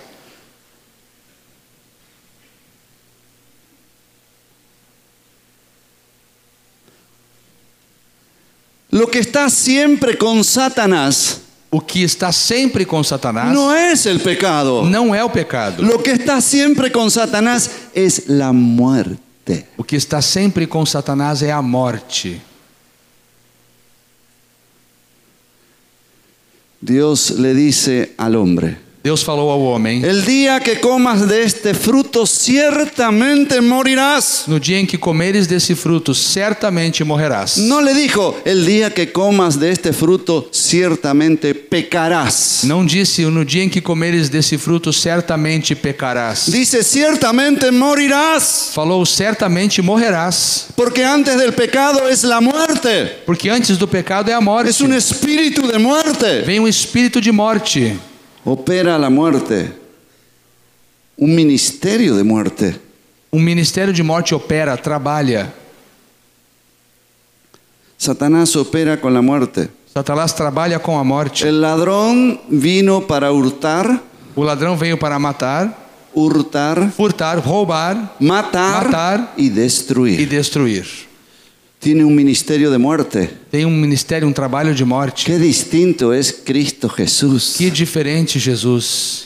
[SPEAKER 2] Lo que está siempre con Satanás
[SPEAKER 3] O que está sempre com Satanás
[SPEAKER 2] no es el pecado.
[SPEAKER 3] não é o pecado.
[SPEAKER 2] Lo que está siempre con Satanás es la muerte.
[SPEAKER 3] O que está sempre com Satanás é a morte.
[SPEAKER 2] Dios le dice al hombre,
[SPEAKER 3] Deus falou ao homem:
[SPEAKER 2] el día que comas de este fruto ciertamente morirás.
[SPEAKER 3] No dia em que comeres desse fruto, certamente morrerás.
[SPEAKER 2] No le dijo, el día que comas de este fruto ciertamente pecarás.
[SPEAKER 3] Não disse: No dia em que comeres desse fruto, certamente pecarás.
[SPEAKER 2] Dice, ciertamente morirás.
[SPEAKER 3] Falou: Certamente morrerás.
[SPEAKER 2] Porque antes del pecado es la muerte.
[SPEAKER 3] Porque antes do pecado é a morte.
[SPEAKER 2] Es un espíritu de muerte.
[SPEAKER 3] Vem um espírito de morte.
[SPEAKER 2] Opera la muerte. Un ministerio de muerte.
[SPEAKER 3] Um ministério de morte opera, trabalha.
[SPEAKER 2] Satanás opera con la muerte.
[SPEAKER 3] Satanás trabalha com a morte.
[SPEAKER 2] El ladrón vino para hurtar,
[SPEAKER 3] O ladrão veio para matar,
[SPEAKER 2] hurtar,
[SPEAKER 3] furtar, roubar
[SPEAKER 2] matar,
[SPEAKER 3] Matar.
[SPEAKER 2] y
[SPEAKER 3] e
[SPEAKER 2] destruir.
[SPEAKER 3] destruir.
[SPEAKER 2] Tiene un ministerio de muerte.
[SPEAKER 3] Tem um ministério, um trabalho de morte.
[SPEAKER 2] Qué distinto es Cristo Jesús.
[SPEAKER 3] Que diferente, Jesus.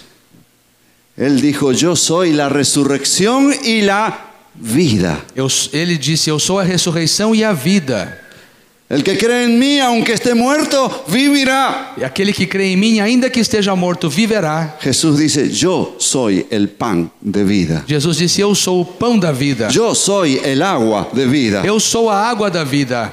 [SPEAKER 2] Él dijo, yo soy la resurrección y la vida.
[SPEAKER 3] Eu- ele disse: Eu sou a ressurreição e a vida.
[SPEAKER 2] El que cree en mí, aunque esté muerto, vivirá.
[SPEAKER 3] E aquele que crê em mim, ainda que esteja morto, viverá.
[SPEAKER 2] Jesús dice, yo soy el pan de vida.
[SPEAKER 3] Jesus disse: Eu sou o pão da vida.
[SPEAKER 2] Yo soy el agua de vida.
[SPEAKER 3] Eu sou a água da vida.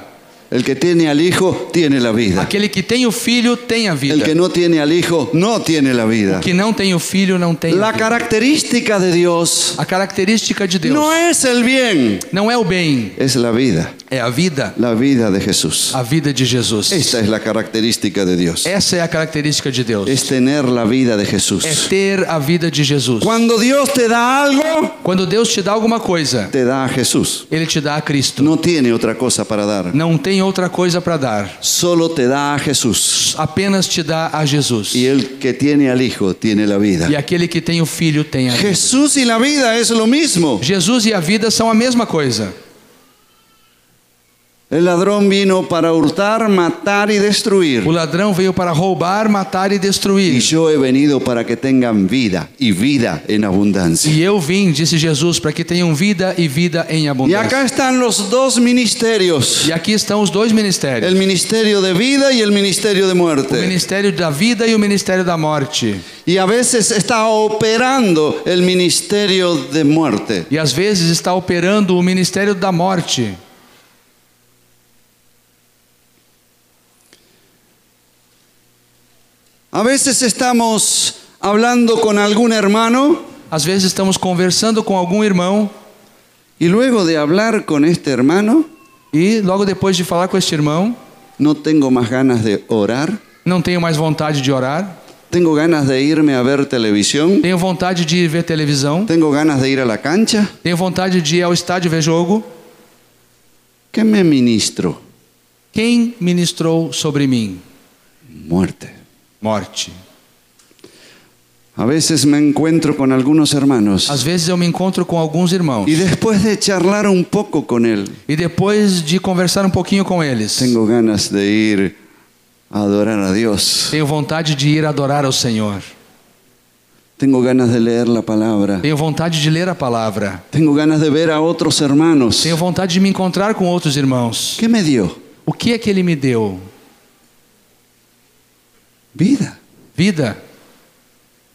[SPEAKER 2] El que tiene al Hijo tiene la vida.
[SPEAKER 3] Aquele que tem o filho tem a
[SPEAKER 2] El
[SPEAKER 3] vida.
[SPEAKER 2] que no tiene al Hijo no tiene la vida.
[SPEAKER 3] Que não tem o filho não tem a
[SPEAKER 2] La
[SPEAKER 3] vida.
[SPEAKER 2] característica de Dios
[SPEAKER 3] A característica de Deus
[SPEAKER 2] no es el bien,
[SPEAKER 3] não é o bem,
[SPEAKER 2] es la vida,
[SPEAKER 3] é a vida,
[SPEAKER 2] la vida de Jesús.
[SPEAKER 3] a vida de Jesus.
[SPEAKER 2] Esta es la característica de Dios,
[SPEAKER 3] Essa é a característica de Deus.
[SPEAKER 2] es tener la vida de
[SPEAKER 3] É
[SPEAKER 2] Jesús.
[SPEAKER 3] ter a vida de Jesus.
[SPEAKER 2] Cuando Dios te da algo,
[SPEAKER 3] Quando Deus te dá alguma coisa,
[SPEAKER 2] te da a Jesús.
[SPEAKER 3] ele te dá a Cristo.
[SPEAKER 2] No tiene otra cosa para dar,
[SPEAKER 3] Não tem outra coisa para dar.
[SPEAKER 2] solo te da a Jesús.
[SPEAKER 3] Apenas te dá a Jesus.
[SPEAKER 2] Y el que tiene al Hijo tiene la vida.
[SPEAKER 3] E aquele que tem o filho tem a vida.
[SPEAKER 2] Jesús y la vida es lo mismo.
[SPEAKER 3] Jesus e a vida são a mesma coisa.
[SPEAKER 2] El ladrón vino para hurtar, matar y
[SPEAKER 3] O
[SPEAKER 2] destruir.
[SPEAKER 3] ladrão veio para roubar, matar e
[SPEAKER 2] Y
[SPEAKER 3] destruir.
[SPEAKER 2] yo he venido para que tengan vida y vida en abundancia.
[SPEAKER 3] E eu vim, disse Jesus, para que tenham vida e vida em
[SPEAKER 2] Y acá
[SPEAKER 3] abundância.
[SPEAKER 2] están los dos ministerios,
[SPEAKER 3] E aqui estão os dois ministérios:
[SPEAKER 2] el ministerio de vida y el ministerio de
[SPEAKER 3] o
[SPEAKER 2] muerte.
[SPEAKER 3] ministério da vida e o ministério da morte.
[SPEAKER 2] Y a veces está operando el ministerio de muerte.
[SPEAKER 3] E às vezes está operando o ministério da morte.
[SPEAKER 2] A veces estamos hablando con algún hermano
[SPEAKER 3] Às vezes estamos conversando com algum irmão
[SPEAKER 2] y luego de hablar con este hermano,
[SPEAKER 3] e logo depois de falar com este irmão,
[SPEAKER 2] no tengo más ganas de orar,
[SPEAKER 3] não tenho mais vontade de orar,
[SPEAKER 2] tengo ganas de irme a ver televisión,
[SPEAKER 3] tenho vontade de ver televisão,
[SPEAKER 2] tengo ganas de ir a la cancha.
[SPEAKER 3] tenho vontade de ir ao estádio ver jogo.
[SPEAKER 2] ¿Qué me ministro?
[SPEAKER 3] Quem ministrou sobre mim?
[SPEAKER 2] Muerte.
[SPEAKER 3] Morte.
[SPEAKER 2] A veces me encuentro con algunos hermanos
[SPEAKER 3] Às vezes eu me encontro com alguns irmãos
[SPEAKER 2] y después de charlar un poco con él,
[SPEAKER 3] e depois de conversar um pouquinho com eles,
[SPEAKER 2] Tengo ganas de ir a adorar a Dios.
[SPEAKER 3] tenho vontade de ir adorar ao Senhor.
[SPEAKER 2] Tengo ganas de leer la palabra.
[SPEAKER 3] Tenho vontade de ler a palavra.
[SPEAKER 2] Tengo ganas de ver a otros hermanos.
[SPEAKER 3] Tenho vontade de me encontrar com outros irmãos.
[SPEAKER 2] ¿Qué me dio?
[SPEAKER 3] O que é que ele me deu?
[SPEAKER 2] Vida.
[SPEAKER 3] Vida.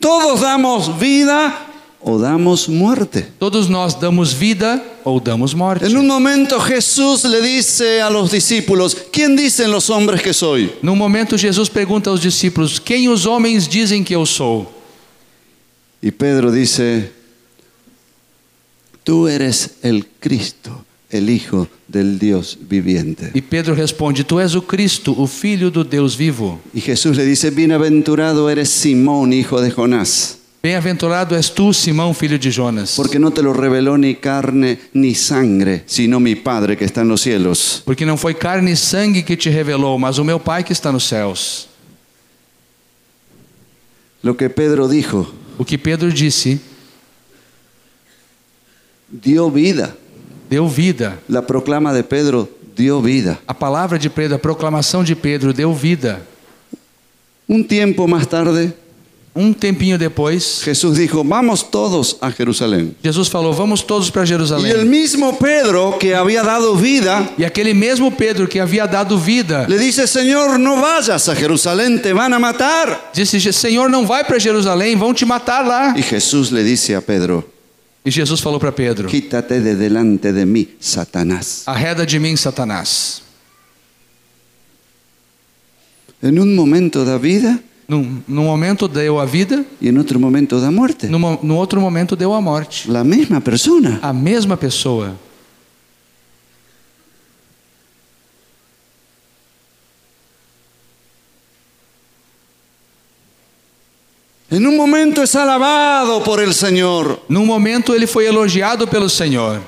[SPEAKER 2] Todos damos vida o damos muerte.
[SPEAKER 3] Todos nós damos vida ou damos morte.
[SPEAKER 2] En un momento Jesús le dice a los discípulos, ¿quién dicen los hombres que soy?
[SPEAKER 3] Num momento, Jesus pergunta aos discípulos: Quem os homens dizem que eu sou?
[SPEAKER 2] Y Pedro dice, tú eres el Cristo, el Hijo del Dios viviente.
[SPEAKER 3] E Pedro responde: Tu és o Cristo, o Filho do Deus vivo.
[SPEAKER 2] Y Jesús le dice, bienaventurado eres Simón, hijo de Jonás,
[SPEAKER 3] Bem-aventurado és tu, Simão, filho de Jonas.
[SPEAKER 2] porque no te lo reveló ni carne ni sangre, sino mi Padre que está en los cielos.
[SPEAKER 3] Porque não foi carne e sangue que te revelou, mas o meu Pai que está nos céus.
[SPEAKER 2] Lo que Pedro dijo
[SPEAKER 3] O que Pedro disse
[SPEAKER 2] dio vida.
[SPEAKER 3] deu vida.
[SPEAKER 2] La proclama de Pedro dio vida.
[SPEAKER 3] A palavra de Pedro, a proclamação de Pedro deu vida.
[SPEAKER 2] Un tiempo más tarde,
[SPEAKER 3] Um tempinho depois,
[SPEAKER 2] Jesús dijo, vamos todos a Jerusalén.
[SPEAKER 3] Jesus falou: Vamos todos
[SPEAKER 2] Y
[SPEAKER 3] para
[SPEAKER 2] el
[SPEAKER 3] Jerusalém.
[SPEAKER 2] mismo Pedro que había dado vida,
[SPEAKER 3] E aquele mesmo Pedro que havia dado vida
[SPEAKER 2] le dice, Señor, no vayas a Jerusalém, te van a matar.
[SPEAKER 3] disse: Senhor, não vai para Jerusalém, vão te matar lá.
[SPEAKER 2] Y Jesús le dice a Pedro,
[SPEAKER 3] E Jesus falou para Pedro:
[SPEAKER 2] quítate de delante de mí, Satanás.
[SPEAKER 3] Arreda de mim, Satanás.
[SPEAKER 2] En un momento da vida
[SPEAKER 3] Num, num momento deu a vida,
[SPEAKER 2] y en otro momento da muerte.
[SPEAKER 3] numa, no outro momento deu a morte.
[SPEAKER 2] La misma persona.
[SPEAKER 3] A mesma pessoa.
[SPEAKER 2] En un momento es alabado por el Señor
[SPEAKER 3] Num momento ele foi elogiado pelo Senhor.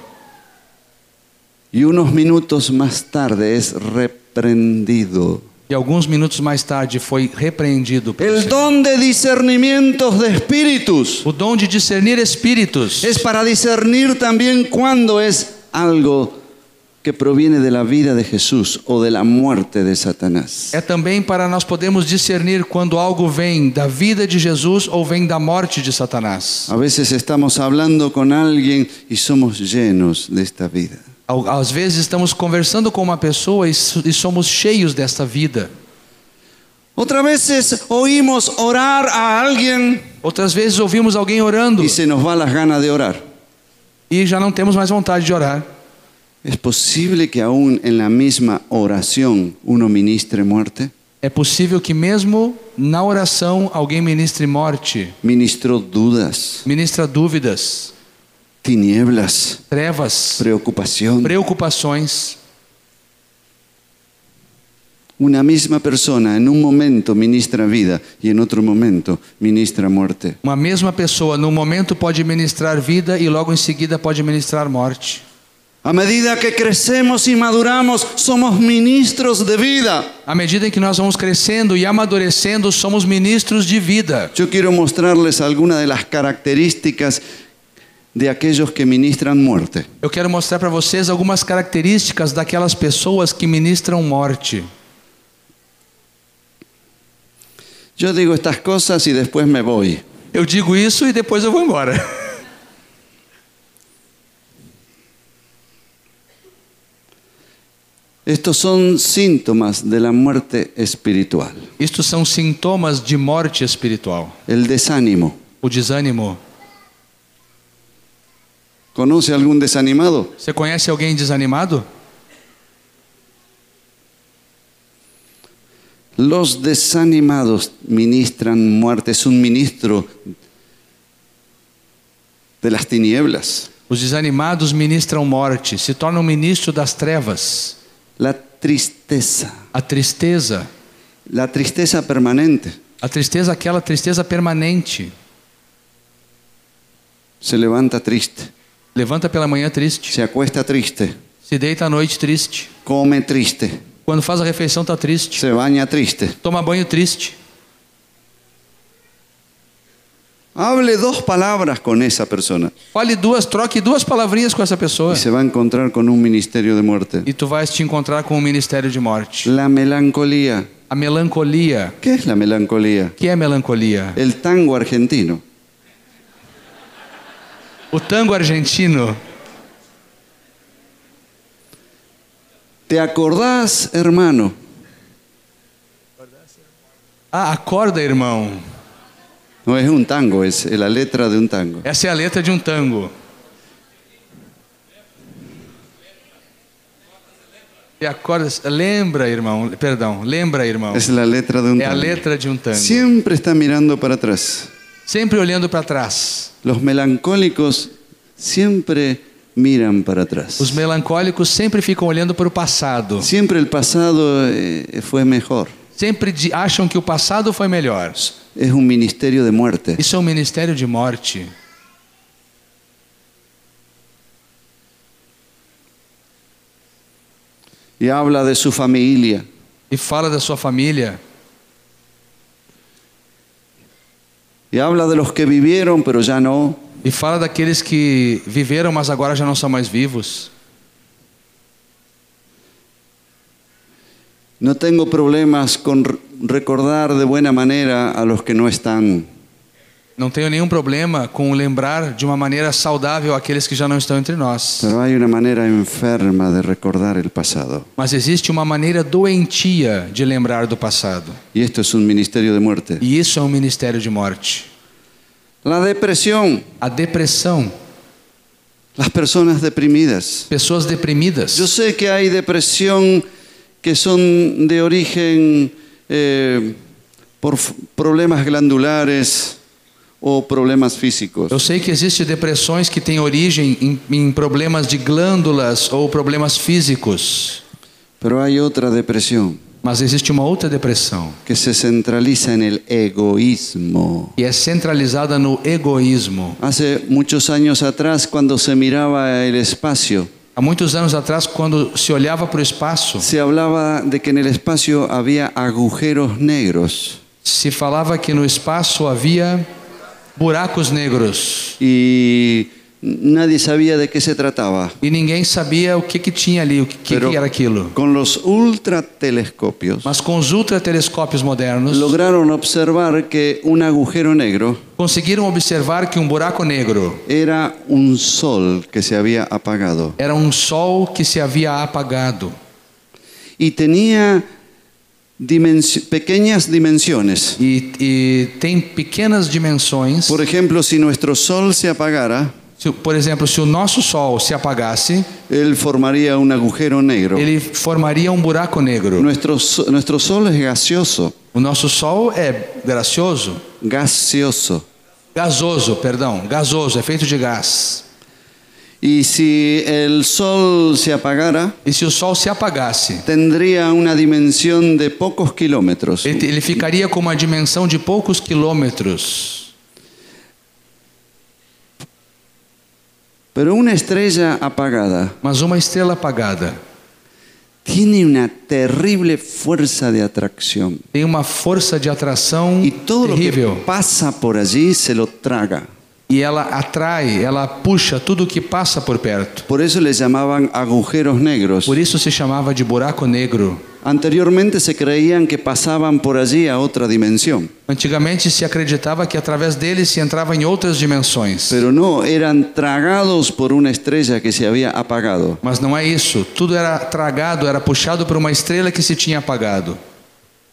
[SPEAKER 2] y unos minutos más tarde es reprendido.
[SPEAKER 3] E alguns minutos mais tarde foi repreendido pelo
[SPEAKER 2] El
[SPEAKER 3] Senhor.
[SPEAKER 2] don de discernimientos de espíritus
[SPEAKER 3] O dom de discernir espíritos
[SPEAKER 2] es para discernir también cuando es algo que proviene de la vida de Jesús o de la muerte de Satanás.
[SPEAKER 3] é também para nós podermos discernir quando algo vem da vida de Jesus ou vem da morte de Satanás.
[SPEAKER 2] A veces estamos hablando con alguien y somos llenos de esta vida.
[SPEAKER 3] Ao- Às vezes estamos conversando com uma pessoa e so- e somos cheios desta vida.
[SPEAKER 2] Otras veces oímos orar a alguien
[SPEAKER 3] Outras vezes ouvimos alguém orando
[SPEAKER 2] y se nos va las ganas de orar.
[SPEAKER 3] e já não temos mais vontade de orar.
[SPEAKER 2] ¿Es posible que aún en la misma oración uno ministre muerte?
[SPEAKER 3] É possível que mesmo na oração alguém ministre morte,
[SPEAKER 2] Ministró dudas,
[SPEAKER 3] ministra dúvidas,
[SPEAKER 2] tinieblas,
[SPEAKER 3] trevas,
[SPEAKER 2] preocupación.
[SPEAKER 3] preocupações.
[SPEAKER 2] Una misma persona en un momento ministra vida y en otro momento ministra muerte.
[SPEAKER 3] Uma mesma pessoa num momento pode ministrar vida e logo em seguida pode ministrar morte.
[SPEAKER 2] A medida que crecemos y maduramos, somos ministros de vida.
[SPEAKER 3] À medida em que nós vamos crescendo e amadurecendo, somos ministros de vida.
[SPEAKER 2] Yo quiero mostrarles algunas de las características de aquellos que ministran muerte.
[SPEAKER 3] Eu quero mostrar para vocês algumas características daquelas pessoas que ministram morte.
[SPEAKER 2] Yo digo estas cosas y después me voy.
[SPEAKER 3] Eu digo isso e depois eu vou embora.
[SPEAKER 2] Estos son síntomas de la muerte espiritual.
[SPEAKER 3] Isto são sintomas de morte espiritual.
[SPEAKER 2] El desánimo.
[SPEAKER 3] O desânimo.
[SPEAKER 2] ¿Conoce algún desanimado?
[SPEAKER 3] Você conhece alguém desanimado?
[SPEAKER 2] Los desanimados ministran muerte. Es un ministro de las tinieblas.
[SPEAKER 3] Os desanimados ministram morte, se tornam ministro das trevas.
[SPEAKER 2] La tristeza.
[SPEAKER 3] A tristeza,
[SPEAKER 2] La tristeza permanente.
[SPEAKER 3] a tristeza aquela tristeza permanente.
[SPEAKER 2] Se levanta triste.
[SPEAKER 3] Levanta pela manhã triste,
[SPEAKER 2] Se acuesta triste.
[SPEAKER 3] se deita à noite triste,
[SPEAKER 2] Come triste.
[SPEAKER 3] quando faz a refeição tá triste,
[SPEAKER 2] Se baña triste.
[SPEAKER 3] toma banho triste.
[SPEAKER 2] Hable dos palabras con esa persona
[SPEAKER 3] Fale duas, troque duas palavrinhas com essa pessoa
[SPEAKER 2] y se va a encontrar con un ministerio de muerte.
[SPEAKER 3] e tu vais te encontrar com o ministério de morte.
[SPEAKER 2] La melancolía.
[SPEAKER 3] A melancolia.
[SPEAKER 2] ¿Qué es la melancolía?
[SPEAKER 3] O que é melancolia?
[SPEAKER 2] El tango argentino.
[SPEAKER 3] O tango argentino.
[SPEAKER 2] ¿Te acordás, hermano?
[SPEAKER 3] Ah, acorda, irmão.
[SPEAKER 2] No es un tango, es la letra de un tango.
[SPEAKER 3] Essa é a letra de um tango. E a corda, lembra, irmão, perdão, lembra, irmão.
[SPEAKER 2] Es la letra de un
[SPEAKER 3] É a
[SPEAKER 2] tango.
[SPEAKER 3] letra de um tango.
[SPEAKER 2] Siempre está mirando para atrás.
[SPEAKER 3] Sempre olhando para trás.
[SPEAKER 2] Los melancólicos siempre miran para atrás.
[SPEAKER 3] Os melancólicos sempre ficam olhando para o passado.
[SPEAKER 2] Siempre el pasado eh, fue mejor.
[SPEAKER 3] Sempre de- acham que o passado foi melhor.
[SPEAKER 2] Es un ministerio de muerte.
[SPEAKER 3] Isso é um ministério de morte.
[SPEAKER 2] Y habla de su familia.
[SPEAKER 3] E fala da sua família.
[SPEAKER 2] Y habla de los que vivieron, pero ya no.
[SPEAKER 3] E fala daqueles que viveram, mas agora já não são mais vivos.
[SPEAKER 2] No tengo problemas con r- recordar de buena manera a los que no están.
[SPEAKER 3] Não tenho nenhum problema com lembrar de uma maneira saudável aqueles que já não estão entre nós.
[SPEAKER 2] Pero hay una manera enferma de recordar el pasado.
[SPEAKER 3] Mas existe uma maneira doentia de lembrar do passado.
[SPEAKER 2] Y esto es un ministerio de muerte.
[SPEAKER 3] E isso é um ministério de morte.
[SPEAKER 2] La depresión,
[SPEAKER 3] A depressão,
[SPEAKER 2] las personas deprimidas.
[SPEAKER 3] pessoas
[SPEAKER 2] Yo
[SPEAKER 3] deprimidas.
[SPEAKER 2] sé que hay depresión que son de origen eh, por f- problemas glandulares o problemas físicos.
[SPEAKER 3] Eu sei que existem depressões que têm origem em, em problemas de glândulas ou problemas físicos.
[SPEAKER 2] Pero hay otra depresión
[SPEAKER 3] Mas existe uma outra depressão,
[SPEAKER 2] que se centraliza en el egoísmo.
[SPEAKER 3] e é centralizada no egoísmo.
[SPEAKER 2] Hace muchos años atrás, cuando se miraba el espacio,
[SPEAKER 3] Há muitos anos atrás, quando se olhava para o espaço,
[SPEAKER 2] se hablaba de que en el espacio había agujeros negros.
[SPEAKER 3] se falava que no espaço havia buracos negros
[SPEAKER 2] y nadie sabía de qué se trataba.
[SPEAKER 3] e ninguém sabia o que, que tinha ali, o que, que,
[SPEAKER 2] Pero
[SPEAKER 3] que era aquilo.
[SPEAKER 2] Con los ultratelescopios
[SPEAKER 3] Mas com os ultratelescópios modernos,
[SPEAKER 2] lograron observar que un agujero negro
[SPEAKER 3] conseguiram observar que um buraco negro
[SPEAKER 2] era un sol que se había apagado
[SPEAKER 3] era um sol que se havia apagado
[SPEAKER 2] y tenía dimensi- pequeñas dimensiones.
[SPEAKER 3] e, e tem pequenas dimensões.
[SPEAKER 2] Por ejemplo, si nuestro sol se apagara,
[SPEAKER 3] Se- por exemplo, se o nosso sol se apagasse,
[SPEAKER 2] él formaría un agujero negro.
[SPEAKER 3] ele formaria um buraco negro.
[SPEAKER 2] Nuestro, so- nuestro sol es gaseoso,
[SPEAKER 3] O nosso sol é gracioso,
[SPEAKER 2] gaseoso.
[SPEAKER 3] gasoso, perdão, gasoso, é feito de gás.
[SPEAKER 2] Y si el sol se apagara,
[SPEAKER 3] E se o sol se apagasse,
[SPEAKER 2] tendría una dimensión de pocos kilómetros.
[SPEAKER 3] ele, ele ficaria com uma dimensão de poucos quilômetros.
[SPEAKER 2] Pero una estrella apagada
[SPEAKER 3] Mas uma estrela apagada
[SPEAKER 2] tiene una terrible fuerza de atracción.
[SPEAKER 3] tem uma força de atração
[SPEAKER 2] Y todo lo
[SPEAKER 3] terrível.
[SPEAKER 2] que pasa por allí se lo traga.
[SPEAKER 3] E ela atrai, ela puxa tudo o que passa por perto.
[SPEAKER 2] Por eso le llamaban agujeros negros.
[SPEAKER 3] Por isso se chamava de buraco negro.
[SPEAKER 2] Anteriormente se creían que pasaban por allí a otra dimensión.
[SPEAKER 3] Antigamente se acreditava que através dele se entrava em outras dimensões.
[SPEAKER 2] Pero no, eran tragados por una estrella que se había apagado.
[SPEAKER 3] Mas não é isso. Tudo era tragado, era puxado por uma estrela que se tinha apagado.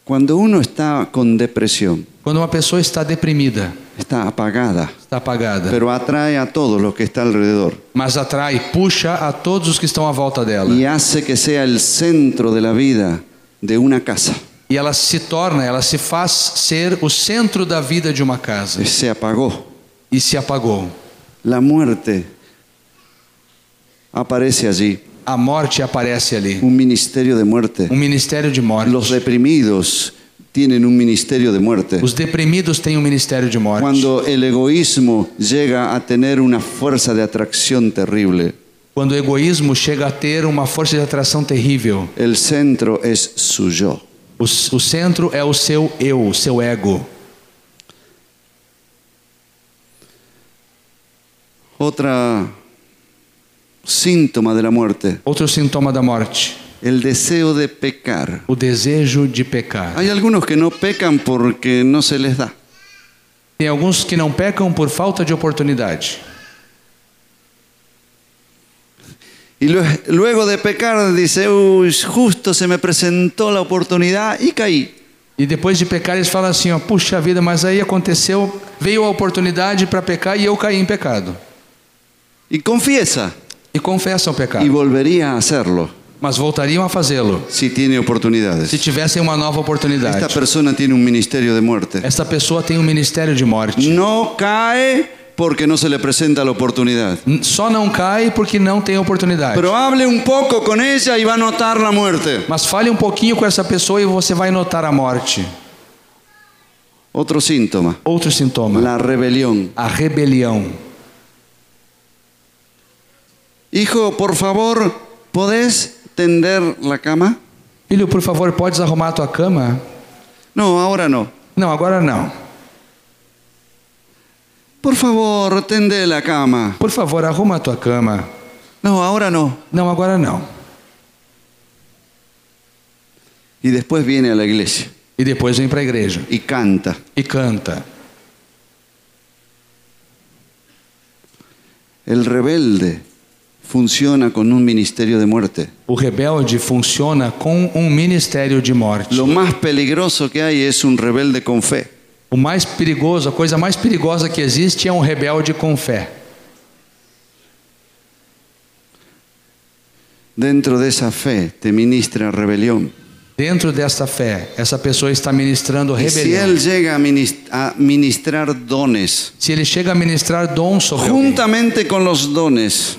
[SPEAKER 2] Cuando uno está con depresión,
[SPEAKER 3] Quando uma pessoa está deprimida,
[SPEAKER 2] está apagada,
[SPEAKER 3] está apagada,
[SPEAKER 2] pero atrae a todo lo que está alrededor.
[SPEAKER 3] mas atrai, puxa a todos os que estão à volta dela.
[SPEAKER 2] y hace que sea el centro de la vida de una casa.
[SPEAKER 3] E ela se torna, ela se faz ser o centro da vida de uma casa.
[SPEAKER 2] Se apagó.
[SPEAKER 3] E se apagou.
[SPEAKER 2] La muerte aparece allí.
[SPEAKER 3] A morte aparece ali.
[SPEAKER 2] Un ministerio de muerte.
[SPEAKER 3] Um ministério de morte.
[SPEAKER 2] Los deprimidos tienen un ministerio de muerte.
[SPEAKER 3] Os deprimidos têm um ministério de morte.
[SPEAKER 2] Cuando el egoísmo llega a tener una fuerza de atracción terrible,
[SPEAKER 3] Quando o egoísmo chega a ter uma força de atração terrível,
[SPEAKER 2] el centro es su yo.
[SPEAKER 3] o, s- o centro é o seu eu, o seu ego.
[SPEAKER 2] Otra síntoma de la muerte,
[SPEAKER 3] Outro sintoma da morte,
[SPEAKER 2] el deseo de pecar.
[SPEAKER 3] o desejo de pecar.
[SPEAKER 2] Hay algunos que no pecan porque no se les da.
[SPEAKER 3] Tem alguns que não pecam por falta de oportunidade.
[SPEAKER 2] Y lue- luego de pecar dice, "Uy, justo se me presentó la oportunidad y caí.
[SPEAKER 3] E depois de pecar, eles falam assim: ó, puxa vida, mas aí aconteceu, veio a oportunidade para pecar e eu caí em pecado.
[SPEAKER 2] Y confiesa.
[SPEAKER 3] E confessam o
[SPEAKER 2] Y
[SPEAKER 3] pecado,
[SPEAKER 2] volvería a hacerlo
[SPEAKER 3] mas voltariam a fazê-lo
[SPEAKER 2] si tiene oportunidades.
[SPEAKER 3] se tivessem uma nova oportunidade.
[SPEAKER 2] Esta persona tiene un ministerio de muerte.
[SPEAKER 3] Esta pessoa tem um ministério de morte.
[SPEAKER 2] No cae porque no se le presenta la oportunidad.
[SPEAKER 3] N- Só não cai porque não tem oportunidade.
[SPEAKER 2] Pero hable un poco con ella y va a notar la muerte.
[SPEAKER 3] Mas fale um pouquinho com essa pessoa e você vai notar a morte.
[SPEAKER 2] Otro síntoma,
[SPEAKER 3] Outro sintoma:
[SPEAKER 2] la rebelión.
[SPEAKER 3] a rebelião.
[SPEAKER 2] Hijo, por favor, ¿podés tender la cama?
[SPEAKER 3] Filho, por favor, podes arrumar a tua cama?
[SPEAKER 2] No, ahora no.
[SPEAKER 3] Não, agora não.
[SPEAKER 2] Por favor, tende la cama.
[SPEAKER 3] Por favor, arruma a tua cama.
[SPEAKER 2] No, ahora no.
[SPEAKER 3] Não, agora não.
[SPEAKER 2] Y después viene a la iglesia
[SPEAKER 3] E depois vem para a igreja
[SPEAKER 2] y canta.
[SPEAKER 3] e canta.
[SPEAKER 2] El rebelde funciona con un ministerio de muerte.
[SPEAKER 3] O rebelde funciona com um ministério de morte.
[SPEAKER 2] Lo más peligroso que hay es un rebelde con fe.
[SPEAKER 3] O mais perigoso, a coisa mais perigosa que existe é um rebelde com fé.
[SPEAKER 2] Dentro de esa fe te ministra rebelión.
[SPEAKER 3] Dentro desta fé, essa pessoa está ministrando
[SPEAKER 2] Y si
[SPEAKER 3] rebelião.
[SPEAKER 2] él llega a minis- a ministrar dones,
[SPEAKER 3] Se ele chega a ministrar dons sobre alguém,
[SPEAKER 2] juntamente con los dones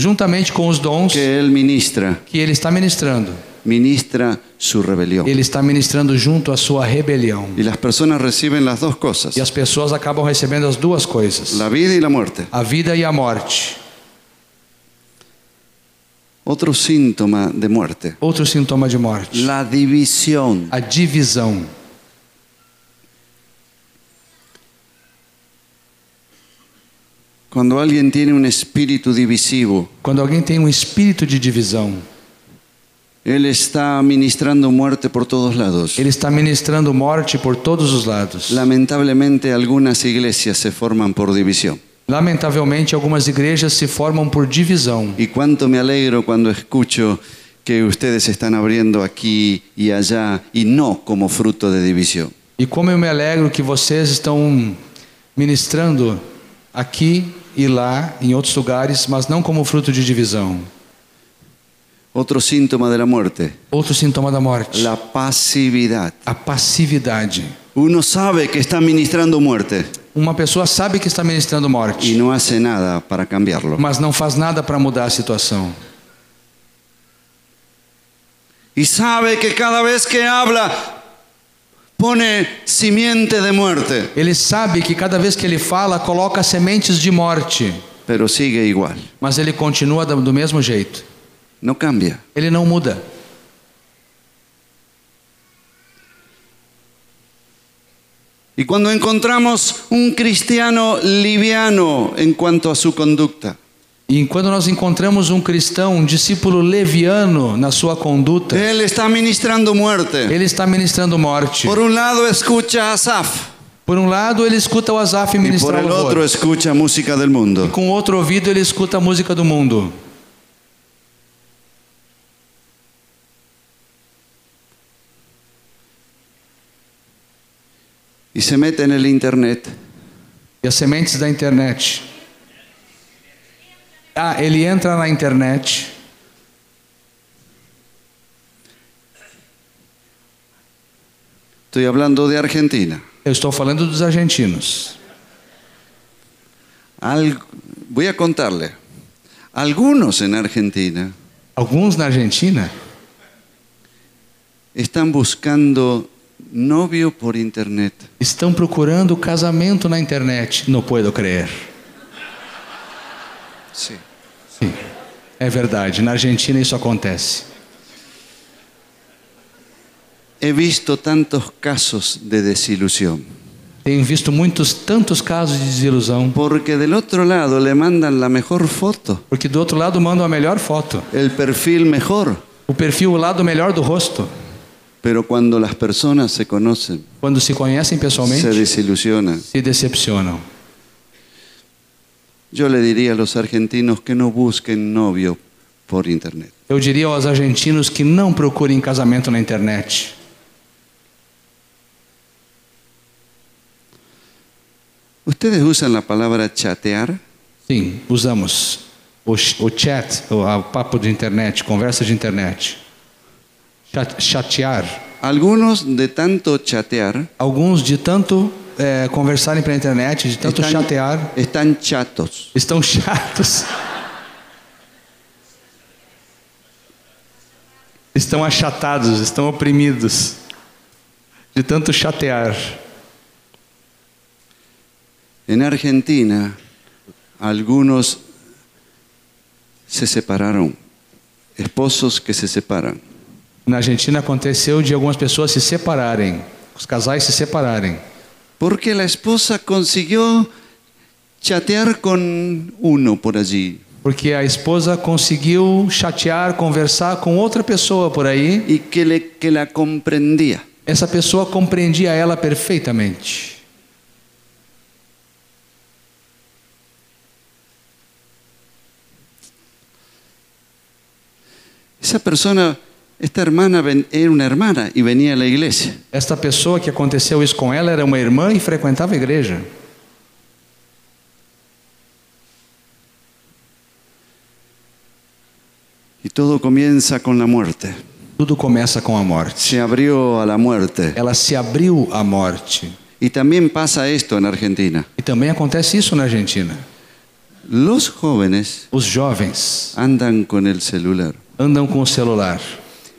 [SPEAKER 3] juntamente com os dons
[SPEAKER 2] que él ministra,
[SPEAKER 3] que ele está ministrando,
[SPEAKER 2] ministra su rebelión.
[SPEAKER 3] ele está ministrando junto à sua rebelião.
[SPEAKER 2] Y las personas reciben las dos cosas,
[SPEAKER 3] E as pessoas acabam recebendo as duas coisas:
[SPEAKER 2] la vida y la muerte.
[SPEAKER 3] a vida e a morte.
[SPEAKER 2] Otro síntoma de muerte,
[SPEAKER 3] Outro sintoma de morte:
[SPEAKER 2] la división.
[SPEAKER 3] a divisão.
[SPEAKER 2] Cuando alguien tiene un espíritu divisivo,
[SPEAKER 3] Quando alguém tem um espírito de divisão,
[SPEAKER 2] él está ministrando muerte por todos lados.
[SPEAKER 3] ele está ministrando morte por todos os lados.
[SPEAKER 2] Lamentablemente algunas iglesias se forman por división.
[SPEAKER 3] Lamentavelmente, algumas igrejas se formam por divisão.
[SPEAKER 2] Y cuánto me alegro cuando escucho que ustedes están abriendo aquí y allá y no como fruto de división.
[SPEAKER 3] E como eu me alegro que vocês estão ministrando aqui e lá, em outros lugares, mas não como fruto de divisão.
[SPEAKER 2] Otro síntoma de la muerte,
[SPEAKER 3] Outro sintoma da morte:
[SPEAKER 2] la pasividad.
[SPEAKER 3] a passividade.
[SPEAKER 2] Uno sabe que está ministrando muerte
[SPEAKER 3] Uma pessoa sabe que está ministrando
[SPEAKER 2] y
[SPEAKER 3] morte,
[SPEAKER 2] no hace nada para cambiarlo.
[SPEAKER 3] mas não faz nada para mudar a situação.
[SPEAKER 2] Y sabe que cada vez que habla pone simiente de muerte.
[SPEAKER 3] Ele sabe que cada vez que ele fala, coloca sementes de morte,
[SPEAKER 2] pero sigue igual,
[SPEAKER 3] mas ele continua do do mesmo jeito.
[SPEAKER 2] no cambia.
[SPEAKER 3] Ele não muda.
[SPEAKER 2] Y cuando encontramos un cristiano liviano en cuanto a su conducta,
[SPEAKER 3] E quando nós encontramos um cristão, um discípulo leviano na sua conduta,
[SPEAKER 2] él está ministrando muerte.
[SPEAKER 3] ele está ministrando morte.
[SPEAKER 2] Por un lado escucha a Asaf
[SPEAKER 3] Por um lado, ele escuta o Azaf
[SPEAKER 2] y por
[SPEAKER 3] ministrar
[SPEAKER 2] el
[SPEAKER 3] louvor.
[SPEAKER 2] otro escucha música del mundo.
[SPEAKER 3] Com o outro ouvido, ele escuta a música do mundo.
[SPEAKER 2] Y se mete en el internet
[SPEAKER 3] E as sementes da internet. Ah, ele entra na internet
[SPEAKER 2] Estoy hablando de Argentina.
[SPEAKER 3] Eu estou falando dos argentinos.
[SPEAKER 2] Al- voy a contarle. Algunos en Argentina
[SPEAKER 3] Alguns na Argentina
[SPEAKER 2] están buscando novio por internet.
[SPEAKER 3] estão procurando casamento na internet. Não puedo crer.
[SPEAKER 2] Sí.
[SPEAKER 3] Sim, é verdade. Na Argentina isso acontece.
[SPEAKER 2] He visto tantos casos de desilusión.
[SPEAKER 3] Tenho visto muitos, tantos casos de desilusão.
[SPEAKER 2] Porque del otro lado le mandan la mejor foto,
[SPEAKER 3] Porque do outro lado mandam a melhor foto.
[SPEAKER 2] el perfil mejor.
[SPEAKER 3] O perfil, o lado melhor do rosto.
[SPEAKER 2] Pero cuando las personas se conocen,
[SPEAKER 3] Quando se conhecem
[SPEAKER 2] se
[SPEAKER 3] pessoalmente,
[SPEAKER 2] desilusionan.
[SPEAKER 3] se decepcionam.
[SPEAKER 2] Yo le diría a los argentinos que no busquen novio por internet.
[SPEAKER 3] Eu diria aos argentinos que não procurem casamento na internet.
[SPEAKER 2] ¿Ustedes usan la palabra chatear?
[SPEAKER 3] Sim, usamos o, ch- o chat, o a- o papo de internet, conversa de internet. Chat- chatear.
[SPEAKER 2] Algunos de tanto chatear
[SPEAKER 3] Alguns de tanto eh, conversarem pela internet, de tanto chatear,
[SPEAKER 2] están chatos.
[SPEAKER 3] estão chatos. Estão achatados, estão oprimidos. De tanto chatear.
[SPEAKER 2] En Argentina, algunos se separaron, esposos que se separan.
[SPEAKER 3] Na Argentina aconteceu de algumas pessoas se separarem, os casais se separarem.
[SPEAKER 2] Porque la esposa consiguió chatear con uno por allí.
[SPEAKER 3] Porque a esposa conseguiu chatear, conversar com outra pessoa por aí.
[SPEAKER 2] y que, le- que la comprendía.
[SPEAKER 3] Essa pessoa compreendia ela perfeitamente.
[SPEAKER 2] Esa persona, esta hermana ven- era una hermana y venía a la iglesia.
[SPEAKER 3] Esta pessoa que aconteceu isso com ela era uma irmã e frequentava a igreja.
[SPEAKER 2] Y todo comienza con la muerte.
[SPEAKER 3] Tudo começa com a morte.
[SPEAKER 2] Se abrió a la muerte.
[SPEAKER 3] Ela se abriu à morte.
[SPEAKER 2] Y también pasa esto en Argentina.
[SPEAKER 3] E também acontece isso na Argentina.
[SPEAKER 2] Los jóvenes
[SPEAKER 3] Os jovens
[SPEAKER 2] andan con el celular.
[SPEAKER 3] andam com o celular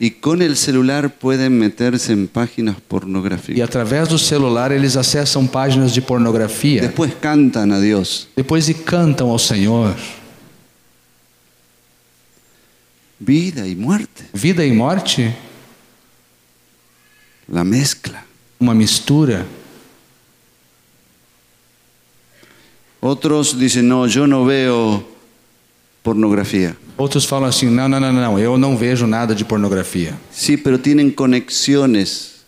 [SPEAKER 2] Y con el celular pueden meterse en páginas
[SPEAKER 3] e
[SPEAKER 2] pornográficas.
[SPEAKER 3] através do celular eles acessam páginas de pornografia.
[SPEAKER 2] Después cantan a Dios.
[SPEAKER 3] Depois e cantam ao Senhor.
[SPEAKER 2] Vida y muerte.
[SPEAKER 3] Vida e morte,
[SPEAKER 2] La mezcla.
[SPEAKER 3] uma mistura.
[SPEAKER 2] Otros dicen, no, yo no veo pornografía.
[SPEAKER 3] Outros falam assim: não, não, não, não, eu não vejo nada de pornografia.
[SPEAKER 2] Sí, pero tienen conexiones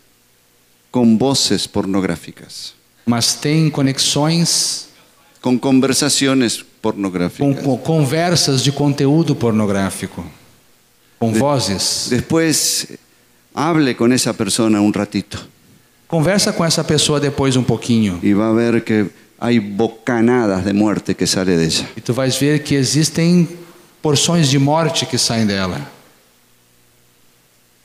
[SPEAKER 2] con voces pornográficas,
[SPEAKER 3] Mas tem conexões
[SPEAKER 2] con conversaciones
[SPEAKER 3] com,
[SPEAKER 2] pornográficas.
[SPEAKER 3] com conversas de conteúdo pornográfico, com vozes.
[SPEAKER 2] Después hable con esa persona un ratito
[SPEAKER 3] Conversa com essa pessoa depois um pouquinho
[SPEAKER 2] y va a ver que hay bocanadas de muerte que sale de ella.
[SPEAKER 3] e tu vais ver que existem porções de morte que saem dela.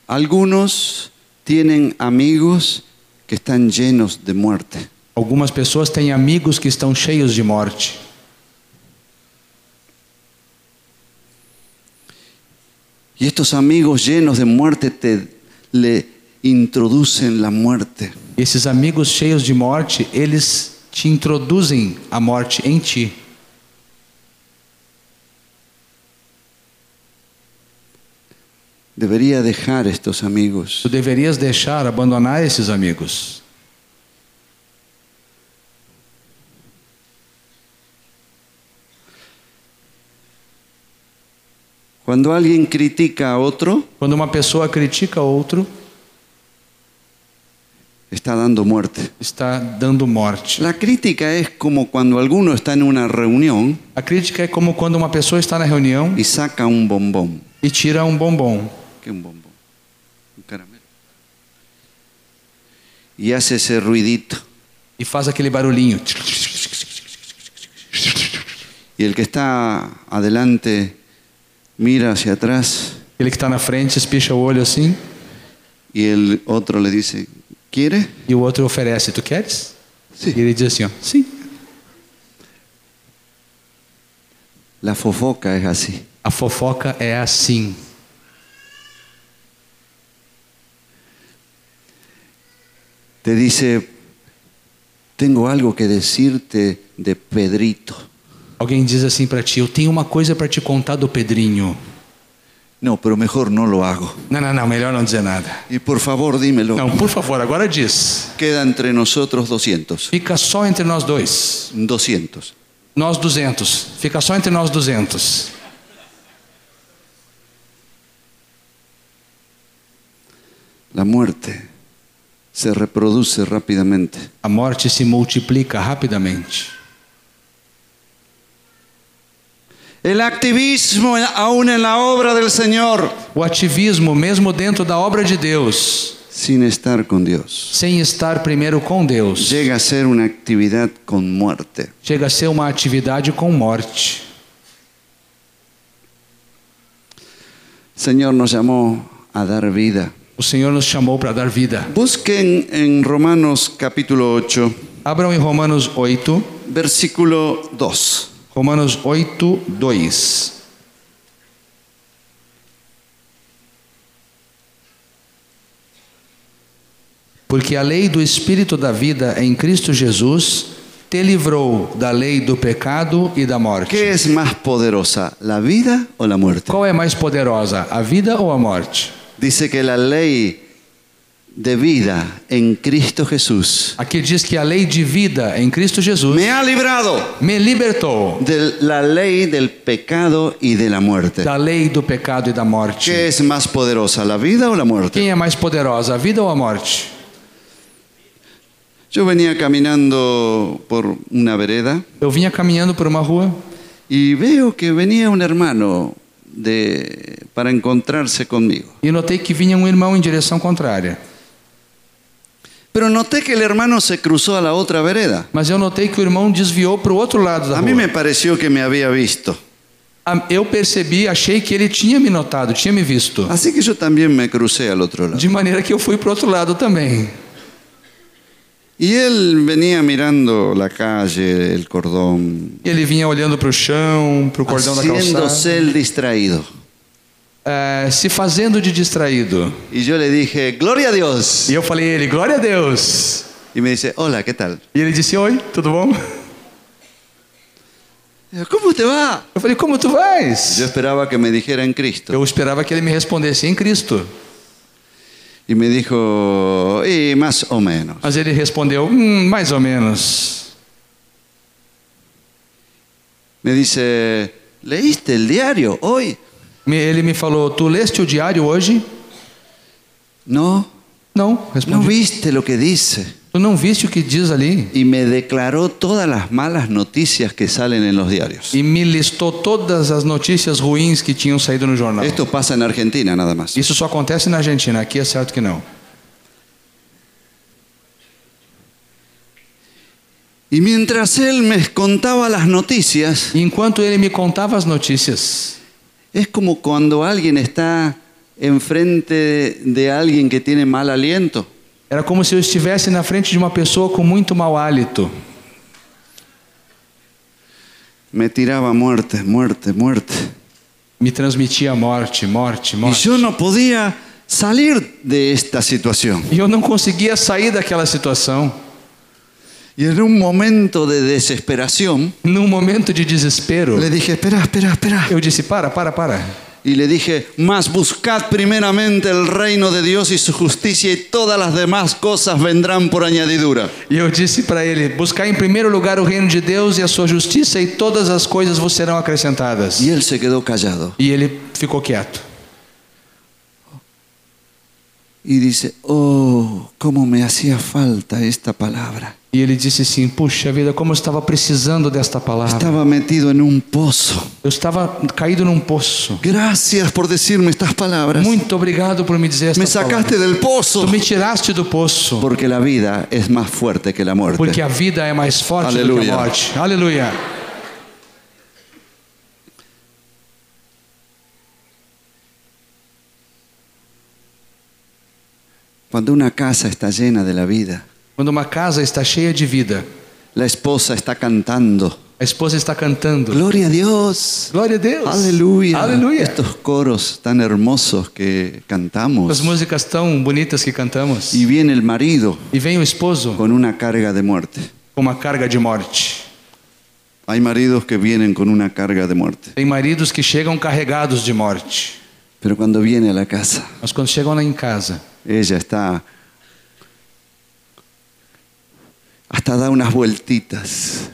[SPEAKER 2] Algunos tienen amigos que están llenos de muerte.
[SPEAKER 3] Algumas pessoas têm amigos que estão cheios de morte.
[SPEAKER 2] Y estos amigos llenos de muerte te le introducen la muerte.
[SPEAKER 3] Esses amigos cheios de morte, eles te introduzem a morte em ti.
[SPEAKER 2] Debería dejar estos amigos.
[SPEAKER 3] Tu deverias deixar, abandonar esses amigos.
[SPEAKER 2] Cuando alguien critica a otro,
[SPEAKER 3] Quando uma pessoa critica outro,
[SPEAKER 2] está dando muerte.
[SPEAKER 3] está dando morte.
[SPEAKER 2] La crítica es como cuando alguno está en una reunión
[SPEAKER 3] A crítica é como quando uma pessoa está na reunião
[SPEAKER 2] y saca un bombón.
[SPEAKER 3] e tira um bombom
[SPEAKER 2] ¿Qué un bombón? Un caramelo. Y hace ese ruidito.
[SPEAKER 3] e faz aquele barulhinho.
[SPEAKER 2] Y el que está adelante mira hacia atrás
[SPEAKER 3] Ele que está na frente espicha o olho assim
[SPEAKER 2] y el otro le dice, ¿quiere?
[SPEAKER 3] e o outro oferece: Tu queres?
[SPEAKER 2] Sim.
[SPEAKER 3] E ele diz assim: ó, Sim.
[SPEAKER 2] La fofoca es así.
[SPEAKER 3] A fofoca é assim.
[SPEAKER 2] Te dice, tengo algo que decirte de Pedrito.
[SPEAKER 3] Alguém diz assim para ti: Eu tenho uma coisa para te contar do Pedrinho.
[SPEAKER 2] No, pero mejor no lo hago.
[SPEAKER 3] Não, não, não, melhor não dizer nada.
[SPEAKER 2] Y por favor, dímelo.
[SPEAKER 3] Não, por favor, agora diz.
[SPEAKER 2] Queda entre nosotros 200.
[SPEAKER 3] Fica só entre nós dois.
[SPEAKER 2] 200.
[SPEAKER 3] Nós 200. Fica só entre nós 200.
[SPEAKER 2] La muerte se reproduce rápidamente.
[SPEAKER 3] A morte se multiplica rapidamente.
[SPEAKER 2] El activismo en- aún en la obra del Señor
[SPEAKER 3] O ativismo, mesmo dentro da obra de Deus,
[SPEAKER 2] sin estar con Dios.
[SPEAKER 3] sem estar primeiro com Deus.
[SPEAKER 2] Llega a ser una actividad con muerte.
[SPEAKER 3] Chega a ser uma atividade com morte.
[SPEAKER 2] El Señor nos llamó a dar vida.
[SPEAKER 3] O Senhor nos chamou para dar vida.
[SPEAKER 2] Busquen en Romanos capítulo 8,
[SPEAKER 3] Abram em Romanos 8,
[SPEAKER 2] versículo 2.
[SPEAKER 3] Romanos 8, 2. Porque a lei do Espírito da vida em Cristo Jesus te livrou da lei do pecado e da morte.
[SPEAKER 2] ¿Qué es más poderosa, la vida o la muerte?
[SPEAKER 3] Qual é mais poderosa, a vida ou a morte?
[SPEAKER 2] Dice que la ley de vida en Cristo Jesús
[SPEAKER 3] Aqui diz que a lei de vida em Cristo Jesus
[SPEAKER 2] me ha librado
[SPEAKER 3] me libertou
[SPEAKER 2] de la ley del pecado y de la muerte.
[SPEAKER 3] da lei do pecado e da morte.
[SPEAKER 2] ¿Qué es más poderosa, la vida o la muerte?
[SPEAKER 3] Quem é mais poderosa, a vida ou a morte?
[SPEAKER 2] Yo venía caminando por una vereda
[SPEAKER 3] Eu vinha caminhando por uma rua
[SPEAKER 2] y veo que venía un hermano de, para encontrarse conmigo.
[SPEAKER 3] e notei que vinha um irmão em direção contrária.
[SPEAKER 2] Pero noté que el hermano se cruzó a la otra vereda.
[SPEAKER 3] Mas eu notei que o irmão desviou para o outro lado da
[SPEAKER 2] A mí
[SPEAKER 3] rua.
[SPEAKER 2] me pareció que me había visto.
[SPEAKER 3] A- Eu percebi, achei que ele tinha me notado, tinha me visto.
[SPEAKER 2] Así que yo también me crucé al otro lado.
[SPEAKER 3] De maneira que eu fui para o outro lado também.
[SPEAKER 2] Y él venía mirando la calle, el cordón,
[SPEAKER 3] Ele vinha olhando para o chão, para o cordão da
[SPEAKER 2] Assim,
[SPEAKER 3] calçada,
[SPEAKER 2] haciéndose el distraído.
[SPEAKER 3] eh, se fazendo de distraído.
[SPEAKER 2] Y yo le dije, Gloria a Dios.
[SPEAKER 3] E eu falei a ele, glória a Deus.
[SPEAKER 2] Y me dice, Hola, ¿qué tal?
[SPEAKER 3] E ele disse, oi, tudo bom?
[SPEAKER 2] Y yo, ¿Cómo te va?
[SPEAKER 3] Eu falei, como tu vais?
[SPEAKER 2] Yo esperaba que me dijera en Cristo.
[SPEAKER 3] Eu esperava que ele me respondesse em Cristo.
[SPEAKER 2] Y me dijo, y más o menos.
[SPEAKER 3] Mas ele respondeu, hum, mais ou menos.
[SPEAKER 2] Me dice, ¿leíste el diario hoy?
[SPEAKER 3] Me- Ele me falou, tu leste o diário hoje?
[SPEAKER 2] No,
[SPEAKER 3] Não,
[SPEAKER 2] no
[SPEAKER 3] respondi.
[SPEAKER 2] viste lo que dice.
[SPEAKER 3] Tu não viste o que diz ali?
[SPEAKER 2] Y me declaró todas las malas noticias que salen en los diarios.
[SPEAKER 3] E me listou todas as notícias ruins que tinham saído no jornal.
[SPEAKER 2] Esto pasa en Argentina nada más.
[SPEAKER 3] Isso só acontece na Argentina, aqui é certo que não.
[SPEAKER 2] Y mientras él me contaba las noticias,
[SPEAKER 3] E enquanto ele me contava as notícias,
[SPEAKER 2] Es como cuando alguien está enfrente de alguien que tiene mal aliento.
[SPEAKER 3] era como se eu estivesse na frente de uma pessoa com muito mau hálito.
[SPEAKER 2] Me tiraba muerte, muerte, muerte.
[SPEAKER 3] Me transmitia morte, morte,
[SPEAKER 2] Y
[SPEAKER 3] morte.
[SPEAKER 2] yo no podía salir de esta situación.
[SPEAKER 3] E eu não conseguia sair daquela situação.
[SPEAKER 2] Y en un momento de desesperación,
[SPEAKER 3] Num momento de desespero,
[SPEAKER 2] le dije, espera, espera, espera.
[SPEAKER 3] eu disse: para, para, para.
[SPEAKER 2] Y le dije, mas buscad primeramente el reino de Dios y su justicia y todas las demás cosas vendrán por añadidura.
[SPEAKER 3] E eu disse para ele: buscar em primeiro lugar o reino de Deus e a sua justiça, e todas as coisas vos serão acrescentadas.
[SPEAKER 2] Y él se quedó callado
[SPEAKER 3] E ele ficou quieto.
[SPEAKER 2] y dice, oh, cómo me hacía falta esta palabra.
[SPEAKER 3] E ele disse assim: puxa vida, como eu estava precisando desta palavra.
[SPEAKER 2] Estaba metido en un pozo.
[SPEAKER 3] Eu estava caído num poço.
[SPEAKER 2] Gracias por decirme estas palabras.
[SPEAKER 3] Muito obrigado por me dizer esta
[SPEAKER 2] me
[SPEAKER 3] palavra.
[SPEAKER 2] sacaste del pozo.
[SPEAKER 3] Tu me tiraste do poço,
[SPEAKER 2] Porque la vida es más fuerte que la muerte.
[SPEAKER 3] porque a vida é mais forte do que
[SPEAKER 2] Aleluia.
[SPEAKER 3] a morte. Aleluia.
[SPEAKER 2] Cuando una casa está llena de la vida,
[SPEAKER 3] Quando uma casa está cheia de vida,
[SPEAKER 2] la esposa está cantando.
[SPEAKER 3] a esposa está cantando.
[SPEAKER 2] Gloria a Dios.
[SPEAKER 3] Glória a Deus.
[SPEAKER 2] Aleluya.
[SPEAKER 3] Aleluia.
[SPEAKER 2] Estos coros tan hermosos que
[SPEAKER 3] As
[SPEAKER 2] cantamos.
[SPEAKER 3] músicas tão bonitas que cantamos.
[SPEAKER 2] Y viene el marido
[SPEAKER 3] E vem o esposo
[SPEAKER 2] con una carga de muerte.
[SPEAKER 3] com uma carga de morte.
[SPEAKER 2] Hay maridos que vienen con una carga de muerte.
[SPEAKER 3] Tem maridos que chegam carregados de morte.
[SPEAKER 2] Pero cuando viene a la casa,
[SPEAKER 3] Mas quando chegam lá em casa,
[SPEAKER 2] Ella está. Hasta da unas vueltitas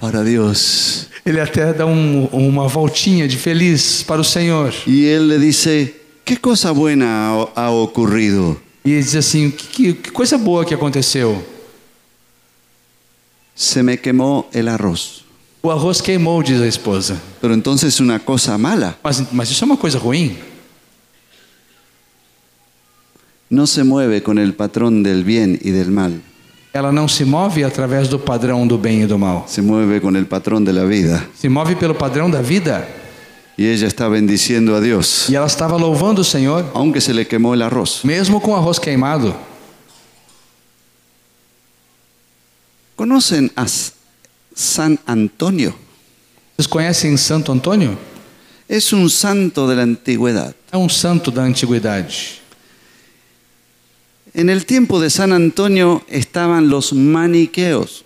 [SPEAKER 2] para Dios.
[SPEAKER 3] ele até dá um- uma voltinha de feliz para o Senhor.
[SPEAKER 2] Y él le dice: ¿Qué cosa buena ha, ha ocurrido?
[SPEAKER 3] E ele diz assim: que, que- que coisa boa que aconteceu.
[SPEAKER 2] Se me quemó el arroz.
[SPEAKER 3] O arroz queimou, diz a esposa.
[SPEAKER 2] Pero entonces una cosa mala.
[SPEAKER 3] Mas, mas isso é uma coisa ruim?
[SPEAKER 2] no se mueve con el patrón del bien y del mal,
[SPEAKER 3] Ela não se move através do padrão do bem e do mal.
[SPEAKER 2] se mueve con el patrón de la vida.
[SPEAKER 3] Se move pelo padrão da vida.
[SPEAKER 2] Y ella está bendiciendo a Dios,
[SPEAKER 3] E ela estava louvando o Senhor,
[SPEAKER 2] aunque se le quemó el arroz.
[SPEAKER 3] mesmo com o arroz queimado.
[SPEAKER 2] ¿Conocen a S- San Antonio?
[SPEAKER 3] Vocês conhecem Santo Antônio?
[SPEAKER 2] Es un santo de la antigüedad.
[SPEAKER 3] É um santo da antiguidade.
[SPEAKER 2] En el tiempo de San Antonio estaban los maniqueos.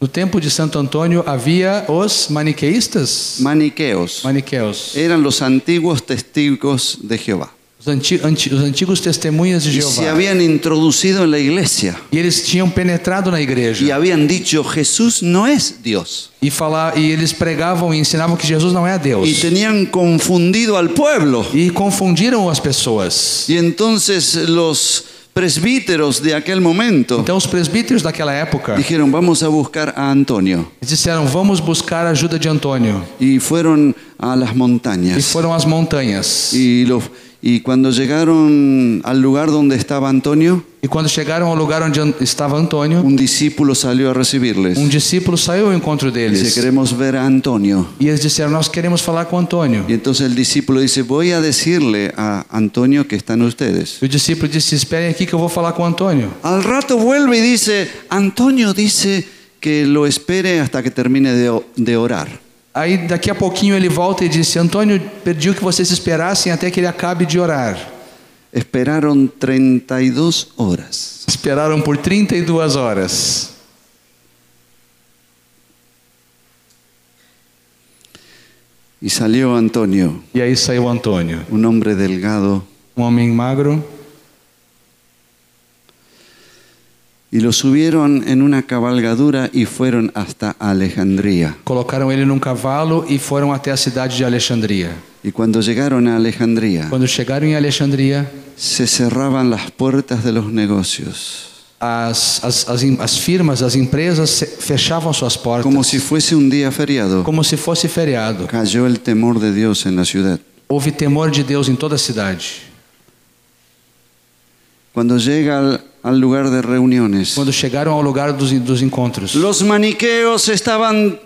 [SPEAKER 3] No tempo de Santo Antônio havia os maniqueístas,
[SPEAKER 2] Maniqueos.
[SPEAKER 3] maniqueus,
[SPEAKER 2] Eran los antiguos testigos de Jehová.
[SPEAKER 3] os, anti, anti, os antigos testemunhas de
[SPEAKER 2] Y se
[SPEAKER 3] Jeová.
[SPEAKER 2] habían introducido en la iglesia
[SPEAKER 3] E eles tinham penetrado na
[SPEAKER 2] y
[SPEAKER 3] igreja
[SPEAKER 2] habían dicho, Jesús no es Dios.
[SPEAKER 3] e falar, e eles pregavam e ensinavam que Jesus não é Deus.
[SPEAKER 2] Y tenían confundido al pueblo.
[SPEAKER 3] E confundiram as pessoas.
[SPEAKER 2] Y entonces los presbíteros de aquel momento
[SPEAKER 3] Então os presbíteros daquela época
[SPEAKER 2] dijeron, vamos a buscar a Antonio.
[SPEAKER 3] disseram: "Vamos buscar a ajuda de Antônio".
[SPEAKER 2] Y fueron a las
[SPEAKER 3] E
[SPEAKER 2] montañas.
[SPEAKER 3] foram às montanhas.
[SPEAKER 2] Y, lo- y cuando llegaron al lugar donde estaba Antonio,
[SPEAKER 3] E quando chegaram ao lugar onde an- estava Antônio,
[SPEAKER 2] un discípulo salió a recibirles.
[SPEAKER 3] um discípulo saiu ao encontro
[SPEAKER 2] Dice,
[SPEAKER 3] deles.
[SPEAKER 2] queremos ver a Antonio.
[SPEAKER 3] E eles disseram: Nós queremos falar com
[SPEAKER 2] Y
[SPEAKER 3] Antônio.
[SPEAKER 2] entonces el discípulo dice, voy a decirle a Antonio que están ustedes.
[SPEAKER 3] E o discípulo disse: Esperem aqui que eu vou falar com Antônio.
[SPEAKER 2] Al rato vuelve y dice, Antonio dice que lo espere hasta que termine de, o- de orar.
[SPEAKER 3] Aí daqui a pouquinho ele volta e disse: Antônio pediu que vocês esperassem até que ele acabe de orar.
[SPEAKER 2] Esperaron 32 horas.
[SPEAKER 3] Esperaram por 32 horas.
[SPEAKER 2] Y salió Antonio,
[SPEAKER 3] E aí saiu Antônio,
[SPEAKER 2] un hombre delgado,
[SPEAKER 3] um homem magro,
[SPEAKER 2] y lo subieron en una cabalgadura y fueron hasta Alejandría.
[SPEAKER 3] colocaram ele num cavalo e foram até a cidade de Alexandria.
[SPEAKER 2] Y cuando llegaron a Alejandría,
[SPEAKER 3] Quando chegaram em Alexandria,
[SPEAKER 2] se cerraban las puertas de los negocios.
[SPEAKER 3] as, as, as, em- as firmas, as empresas se- fechavam suas portas
[SPEAKER 2] Como si fuese un día feriado,
[SPEAKER 3] como se fosse feriado.
[SPEAKER 2] cayó el temor de Dios en la ciudad.
[SPEAKER 3] Houve temor de Deus em toda a cidade.
[SPEAKER 2] Cuando llega al, al lugar de reuniones,
[SPEAKER 3] Quando chegaram ao lugar dos, dos encontros,
[SPEAKER 2] los maniqueos estaban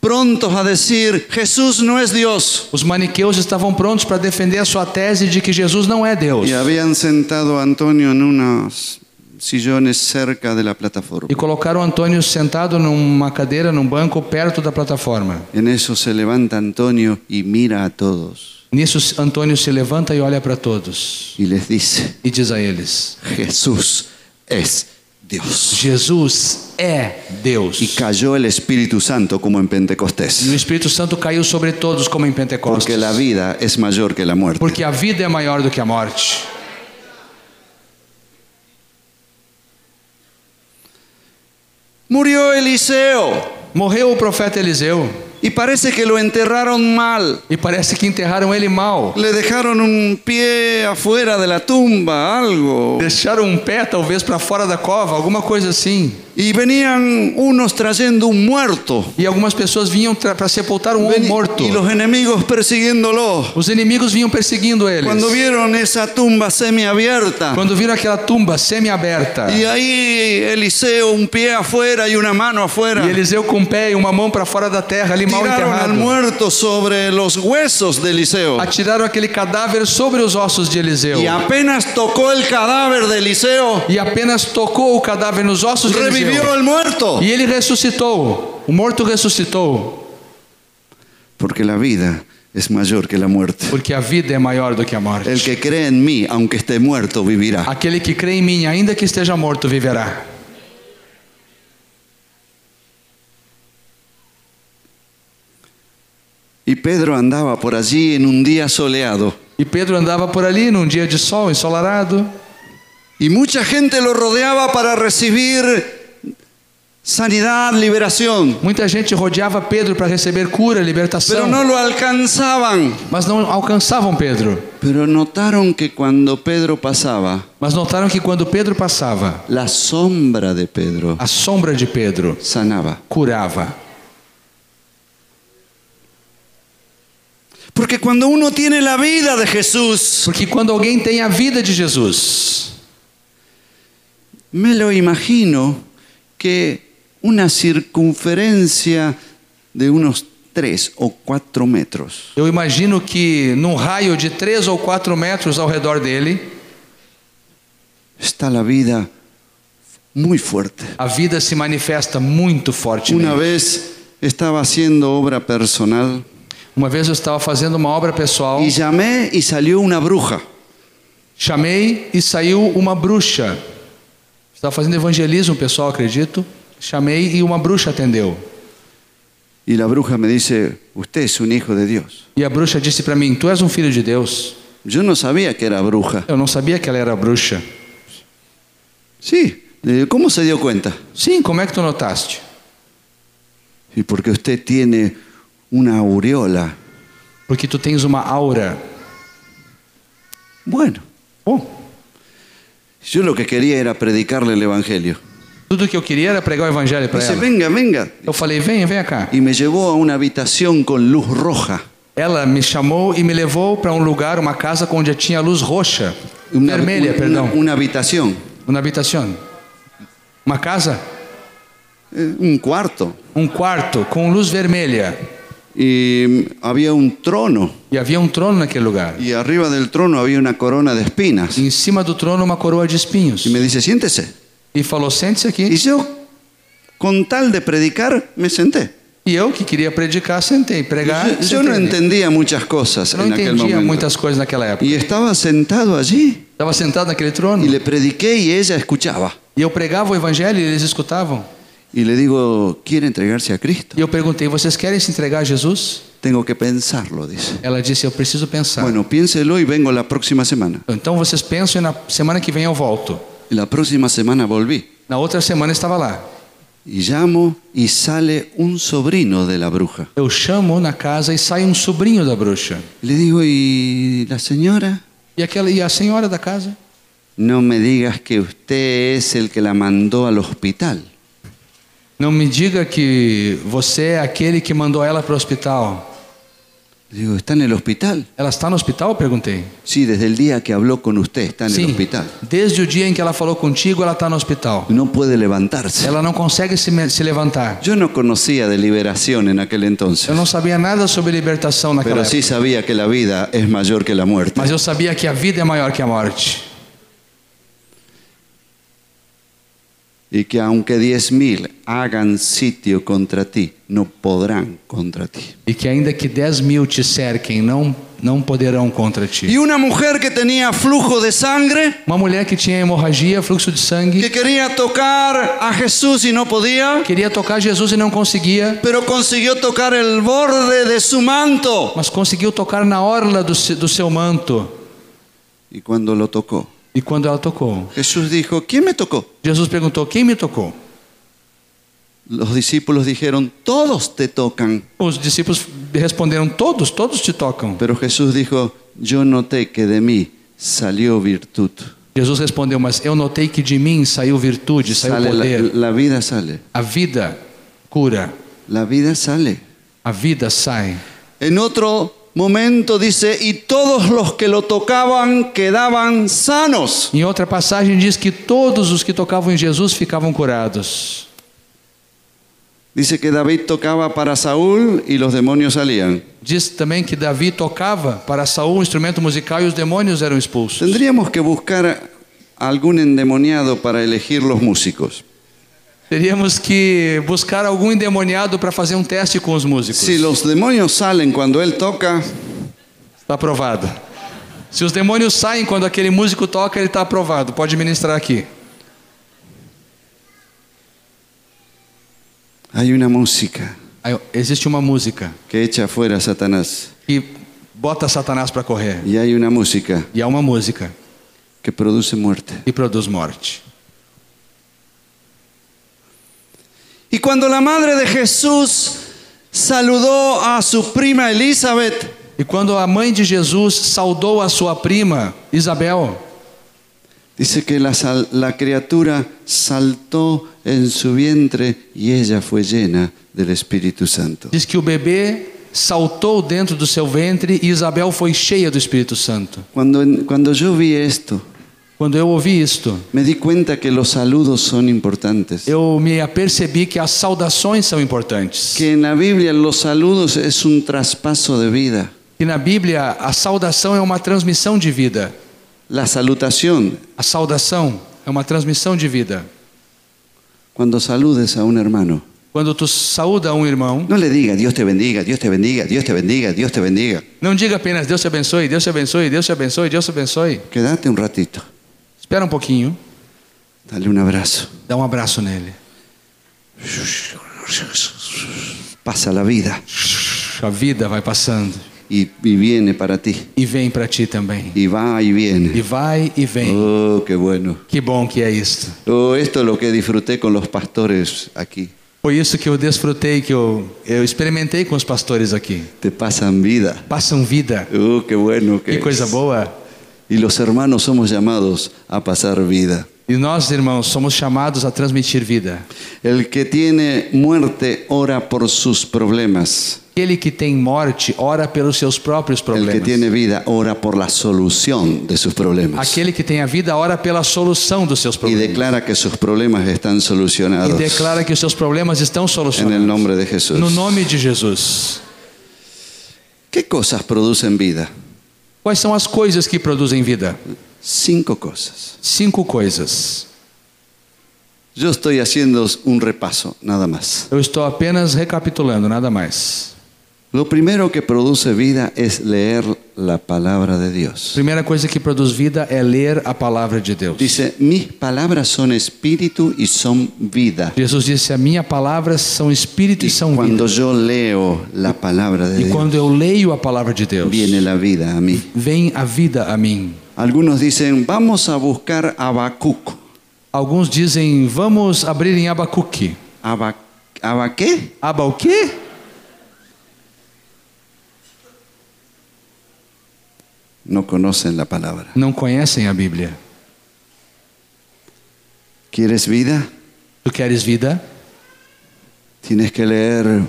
[SPEAKER 2] prontos a decir, Jesús no es Dios.
[SPEAKER 3] os maniqueus estavam prontos para defender a sua tese de que Jesus não é Deus.
[SPEAKER 2] Y habían sentado a Antonio en unos sillones cerca de la plataforma.
[SPEAKER 3] E colocaram Antônio sentado numa cadeira, num banco, perto da plataforma.
[SPEAKER 2] En eso se levanta Antonio y mira a todos
[SPEAKER 3] Nisso, Antônio se levanta e olha para todos
[SPEAKER 2] y les dice,
[SPEAKER 3] e diz a eles:
[SPEAKER 2] Jesús es Dios.
[SPEAKER 3] Jesus é Deus.
[SPEAKER 2] Y cayó el Espíritu Santo como en
[SPEAKER 3] E o
[SPEAKER 2] Pentecostés.
[SPEAKER 3] Espírito Santo caiu sobre todos, como em Pentecostes.
[SPEAKER 2] Porque la vida es mayor que la muerte.
[SPEAKER 3] Porque a vida é maior do que a morte.
[SPEAKER 2] Murió Eliseo
[SPEAKER 3] Morreu o profeta Eliseu
[SPEAKER 2] y parece que lo enterraron mal.
[SPEAKER 3] e parece que enterraram ele mal.
[SPEAKER 2] Le dejaron un pie afuera de la tumba, algo.
[SPEAKER 3] Deixaram um pé talvez para fora da cova, alguma coisa assim.
[SPEAKER 2] Y venían unos trayendo un muerto.
[SPEAKER 3] E algumas pessoas vinham para sepultar um homem
[SPEAKER 2] Veni-
[SPEAKER 3] morto.
[SPEAKER 2] Y los enemigos persiguiéndolo.
[SPEAKER 3] Os inimigos vinham perseguindo eles.
[SPEAKER 2] Cuando vieron esa tumba semiabierta.
[SPEAKER 3] Quando viram aquela tumba semi-aberta
[SPEAKER 2] Y ahí Eliseo, un pie afuera y uma mano afuera.
[SPEAKER 3] e Eliseu com o pé e uma mão para fora da terra ali mal
[SPEAKER 2] Tiraron al
[SPEAKER 3] enterrado,
[SPEAKER 2] muerto sobre los huesos de Eliseo.
[SPEAKER 3] atiraram aquele cadáver sobre os ossos de Eliseu
[SPEAKER 2] Y apenas tocó el cadáver de Eliseo,
[SPEAKER 3] e apenas tocou o cadáver nos ossos de
[SPEAKER 2] revivió
[SPEAKER 3] Eliseu
[SPEAKER 2] el muerto.
[SPEAKER 3] e ele ressuscitou. O morto ressuscitou
[SPEAKER 2] Porque la vida es mayor que la muerte.
[SPEAKER 3] porque a vida é maior do que a morte.
[SPEAKER 2] El que cree en mí, aunque esté muerto, vivirá.
[SPEAKER 3] Aquele que crê em mim, ainda que esteja morto, viverá.
[SPEAKER 2] Y Pedro andaba por allí en un día soleado.
[SPEAKER 3] E Pedro andava por ali num dia de sol ensolarado,
[SPEAKER 2] Y mucha gente lo rodeaba para recibir sanidad, liberación.
[SPEAKER 3] muita gente rodeava Pedro para receber cura,
[SPEAKER 2] Pero
[SPEAKER 3] libertação,
[SPEAKER 2] no lo alcanzavam.
[SPEAKER 3] mas não alcançavam Pedro.
[SPEAKER 2] Pero notaron que cuando Pedro pasaba,
[SPEAKER 3] Mas notaram que quando Pedro passava,
[SPEAKER 2] la sombra de Pedro
[SPEAKER 3] a sombra de Pedro
[SPEAKER 2] sanaba.
[SPEAKER 3] curava.
[SPEAKER 2] Porque cuando uno tiene la vida de Jesús,
[SPEAKER 3] Porque quando alguém tem a vida de Jesus,
[SPEAKER 2] Me lo imagino que una circunferencia de unos 3 o 4 metros.
[SPEAKER 3] Eu imagino que num raio de 3 ou 4 metros ao redor dele,
[SPEAKER 2] Está la vida muy fuerte.
[SPEAKER 3] a vida se manifesta muito fortemente.
[SPEAKER 2] Una vez estaba haciendo obra personal
[SPEAKER 3] Uma vez eu estava fazendo uma obra pessoal,
[SPEAKER 2] y llamé y salió una bruja.
[SPEAKER 3] chamei e saiu uma bruxa. Estava fazendo evangelismo pessoal, acredito. Chamei e uma bruxa atendeu.
[SPEAKER 2] Y la bruja me dice, usted es un hijo de Dios.
[SPEAKER 3] E a bruxa disse para mim: Tu és um filho de Deus.
[SPEAKER 2] Yo no sabía que era bruja.
[SPEAKER 3] Eu não sabia que ela era bruxa.
[SPEAKER 2] Sí, le digo, ¿cómo se dio cuenta?
[SPEAKER 3] Sim, como é que tu notaste?
[SPEAKER 2] Y porque usted tiene una aureola.
[SPEAKER 3] Porque tu tens uma aura.
[SPEAKER 2] Bueno,
[SPEAKER 3] Bom,
[SPEAKER 2] yo lo que quería era predicarle el Evangelio.
[SPEAKER 3] tudo que eu queria era pregar o evangelho para
[SPEAKER 2] Dice,
[SPEAKER 3] ela.
[SPEAKER 2] venga, venga.
[SPEAKER 3] Eu falei: Vem, vem cá.
[SPEAKER 2] Y me llevó a una habitación con luz roja.
[SPEAKER 3] Ela me chamou e me levou para um lugar, uma casa onde tinha luz roxa,
[SPEAKER 2] Una,
[SPEAKER 3] vermelha,
[SPEAKER 2] una-
[SPEAKER 3] perdão,
[SPEAKER 2] una habitación,
[SPEAKER 3] uma habitação. assim, Uma casa,
[SPEAKER 2] eh, un cuarto.
[SPEAKER 3] um quarto com luz vermelha
[SPEAKER 2] Y mm, había un trono.
[SPEAKER 3] e havia um trono naquele lugar.
[SPEAKER 2] Y arriba del trono había una corona de espinas.
[SPEAKER 3] E em cima do trono uma coroa de espinhos.
[SPEAKER 2] Y me dice, siéntese.
[SPEAKER 3] E falou: "Sente-se
[SPEAKER 2] Y
[SPEAKER 3] aqui".
[SPEAKER 2] yo, con tal de predicar, me senté.
[SPEAKER 3] E eu que queria predicar, sentei, pregar.
[SPEAKER 2] Yo, yo no
[SPEAKER 3] sentei.
[SPEAKER 2] entendía muchas cosas
[SPEAKER 3] Não
[SPEAKER 2] en aquel
[SPEAKER 3] entendia
[SPEAKER 2] momento.
[SPEAKER 3] muitas coisas naquela época.
[SPEAKER 2] Y estaba sentado allí
[SPEAKER 3] Estava sentado naquele trono
[SPEAKER 2] y le prediqué y ella escuchaba.
[SPEAKER 3] e eu pregava o evangelho e eles escutavam.
[SPEAKER 2] Y le digo, ¿quiere entregarse a Cristo?
[SPEAKER 3] E eu perguntei: "Vocês querem se entregar a Jesus?"
[SPEAKER 2] Tengo que pensarlo, dice.
[SPEAKER 3] Ela disse: "Eu preciso pensar".
[SPEAKER 2] Bueno, piénselo y vengo la próxima semana.
[SPEAKER 3] Então vocês pensam e na semana que vem eu volto.
[SPEAKER 2] Y la próxima semana volví.
[SPEAKER 3] Na outra semana eu estava lá.
[SPEAKER 2] Y llamo y sale un sobrino de la bruja.
[SPEAKER 3] Eu chamo na casa e sai um sobrinho da bruxa.
[SPEAKER 2] Y le digo, ¿y la señora?
[SPEAKER 3] E aquela e a senhora da casa?
[SPEAKER 2] No me digas que usted es el que la mandó al hospital.
[SPEAKER 3] Não me diga que você é aquele que mandou ela para o hospital.
[SPEAKER 2] Le digo, ¿está en el hospital?
[SPEAKER 3] Ela está no hospital? Eu perguntei.
[SPEAKER 2] Sí, desde el día que habló con usted está en el é hospital.
[SPEAKER 3] Desde o dia em que ela falou contigo, ela está no hospital.
[SPEAKER 2] No puede levantarse.
[SPEAKER 3] Ela não consegue se, me- se levantar.
[SPEAKER 2] Yo no conocía de liberación en aquel
[SPEAKER 3] Eu
[SPEAKER 2] entonces,
[SPEAKER 3] não sabia nada sobre libertação naquela
[SPEAKER 2] pero
[SPEAKER 3] época.
[SPEAKER 2] sí sabía que la vida es mayor que la muerte.
[SPEAKER 3] Mas eu sabia que a vida é maior que a morte.
[SPEAKER 2] Y que aunque diez mil hagan sitio contra ti, no podrán contra ti.
[SPEAKER 3] E que ainda que 10 mil te cerquem, não, não poderão contra ti.
[SPEAKER 2] Y una mujer que tenía flujo de sangre,
[SPEAKER 3] Uma mulher que tinha hemorragia, fluxo de sangue,
[SPEAKER 2] que quería tocar a Jesús y no podía,
[SPEAKER 3] queria tocar Jesus e não conseguia,
[SPEAKER 2] pero consiguió tocar el borde de su manto.
[SPEAKER 3] mas conseguiu tocar na orla do, se- do seu manto.
[SPEAKER 2] Y cuando lo tocó,
[SPEAKER 3] E quando ela tocou,
[SPEAKER 2] Jesús dijo, ¿quién me tocó?
[SPEAKER 3] Jesus perguntou: Quem me tocou?
[SPEAKER 2] Los discípulos dijeron, todos te tocan.
[SPEAKER 3] Os discípulos responderam: Todos, todos te tocam.
[SPEAKER 2] Pero Jesús dijo, yo noté que de mí salió virtud.
[SPEAKER 3] Jesus respondeu: Mas eu notei que de mim saiu virtude, saiu
[SPEAKER 2] Sale la,
[SPEAKER 3] poder.
[SPEAKER 2] la vida sale,
[SPEAKER 3] A vida cura,
[SPEAKER 2] la vida sale.
[SPEAKER 3] a vida sai.
[SPEAKER 2] En otro momento dice, y todos los que lo tocaban quedaban sanos.
[SPEAKER 3] Em outra passagem diz que todos os que tocavam em Jesus ficavam curados.
[SPEAKER 2] Dice que David tocaba para Saúl y los demonios salían.
[SPEAKER 3] Diz também que Davi tocava para Saul um instrumento musical e os demônios eram expulsos.
[SPEAKER 2] Tendríamos que buscar algún endemoniado para elegir los músicos.
[SPEAKER 3] Teríamos que buscar algum endemoniado para fazer um teste com os músicos.
[SPEAKER 2] Si los demonios salen cuando él toca,
[SPEAKER 3] Está aprovado. Se os demônios saem quando aquele músico toca, ele está aprovado. Pode ministrar aqui.
[SPEAKER 2] hay una música
[SPEAKER 3] Aí, existe uma música
[SPEAKER 2] que echa fuera a Satanás.
[SPEAKER 3] que bota Satanás para correr.
[SPEAKER 2] Y hay una música
[SPEAKER 3] E há uma música
[SPEAKER 2] que produce muerte.
[SPEAKER 3] que produz morte.
[SPEAKER 2] Y cuando la madre de Jesús saludó a su prima Elizabeth,
[SPEAKER 3] E quando a mãe de Jesus saudou a sua prima, Isabel,
[SPEAKER 2] dice que la, sal- la criatura saltó en su vientre y ella fue llena del Espíritu Santo.
[SPEAKER 3] diz que o bebê saltou dentro do seu ventre e Isabel foi cheia do Espírito Santo.
[SPEAKER 2] Cuando, cuando yo vi esto,
[SPEAKER 3] Quando eu ouvi isto,
[SPEAKER 2] Me di cuenta que los saludos son importantes.
[SPEAKER 3] eu me apercebi que as saudações são importantes.
[SPEAKER 2] Que en la Biblia los saludos es un traspaso de vida.
[SPEAKER 3] E na Bíblia, a saudação é uma transmissão de vida.
[SPEAKER 2] La salutación,
[SPEAKER 3] A saudação é uma transmissão de vida.
[SPEAKER 2] cuando saludes a un hermano,
[SPEAKER 3] Quando tu saúda um irmão,
[SPEAKER 2] no le diga Dios te bendiga, Dios te bendiga, Dios te bendiga, Dios te bendiga.
[SPEAKER 3] não diga apenas Deus te abençoe, Deus te abençoe, Deus te abençoe, Deus te abençoe.
[SPEAKER 2] Quédate un ratito,
[SPEAKER 3] Espera um pouquinho,
[SPEAKER 2] dale un abrazo.
[SPEAKER 3] dá um abraço nele.
[SPEAKER 2] Pasa la vida
[SPEAKER 3] A vida vai passando
[SPEAKER 2] y, y viene para ti.
[SPEAKER 3] e vem para ti também.
[SPEAKER 2] Y va y
[SPEAKER 3] E
[SPEAKER 2] viene.
[SPEAKER 3] vai e vem.
[SPEAKER 2] Oh, qué bueno.
[SPEAKER 3] Que bom que é isto.
[SPEAKER 2] Oh, esto es lo que disfruté con los pastores aquí.
[SPEAKER 3] Foi isso que eu desfrutei, que eu, eu experimentei com os pastores aqui.
[SPEAKER 2] Te pasan vida.
[SPEAKER 3] Passam vida.
[SPEAKER 2] Oh, qué bueno que
[SPEAKER 3] Que coisa
[SPEAKER 2] es.
[SPEAKER 3] boa.
[SPEAKER 2] Y los hermanos somos llamados a pasar vida.
[SPEAKER 3] E nós, irmãos, somos chamados a transmitir vida.
[SPEAKER 2] El que tiene muerte ora por sus problemas.
[SPEAKER 3] Aquele que tem morte ora pelos seus próprios
[SPEAKER 2] El que
[SPEAKER 3] problemas.
[SPEAKER 2] tiene vida ora por la solución de sus problemas.
[SPEAKER 3] Aquele que tem a vida ora pela solução dos seus
[SPEAKER 2] Y
[SPEAKER 3] problemas.
[SPEAKER 2] declara que sus problemas están
[SPEAKER 3] E
[SPEAKER 2] solucionados.
[SPEAKER 3] declara que os seus problemas estão
[SPEAKER 2] En el
[SPEAKER 3] solucionados.
[SPEAKER 2] nombre de Jesús.
[SPEAKER 3] No nome de Jesus.
[SPEAKER 2] ¿Qué cosas producen vida?
[SPEAKER 3] Quais são as coisas que produzem vida?
[SPEAKER 2] Cinco cosas.
[SPEAKER 3] Cinco coisas.
[SPEAKER 2] Yo estoy haciendo un repaso, nada más.
[SPEAKER 3] Eu estou apenas recapitulando, nada mais.
[SPEAKER 2] Lo primero que produce vida es leer la palabra de Dios.
[SPEAKER 3] Primeira coisa que produz vida é ler a palavra de Deus.
[SPEAKER 2] Dice, mis palabras son espíritu y son vida.
[SPEAKER 3] Jesus disse: A minha palavra são espírito e são vida.
[SPEAKER 2] Cuando yo leo la palabra de
[SPEAKER 3] E
[SPEAKER 2] Dios,
[SPEAKER 3] quando eu leio a palavra de Deus,
[SPEAKER 2] viene la vida a mí.
[SPEAKER 3] vem a vida a mim.
[SPEAKER 2] Algunos dicen, vamos a buscar Abacuc.
[SPEAKER 3] Alguns dizem: Vamos abrir em Abacuque.
[SPEAKER 2] ¿Aba, ¿Aba qué?
[SPEAKER 3] Aba o quê?
[SPEAKER 2] No conocen la palabra.
[SPEAKER 3] Não conhecem a Bíblia.
[SPEAKER 2] ¿Quieres vida?
[SPEAKER 3] Tu queres vida?
[SPEAKER 2] Tienes que leer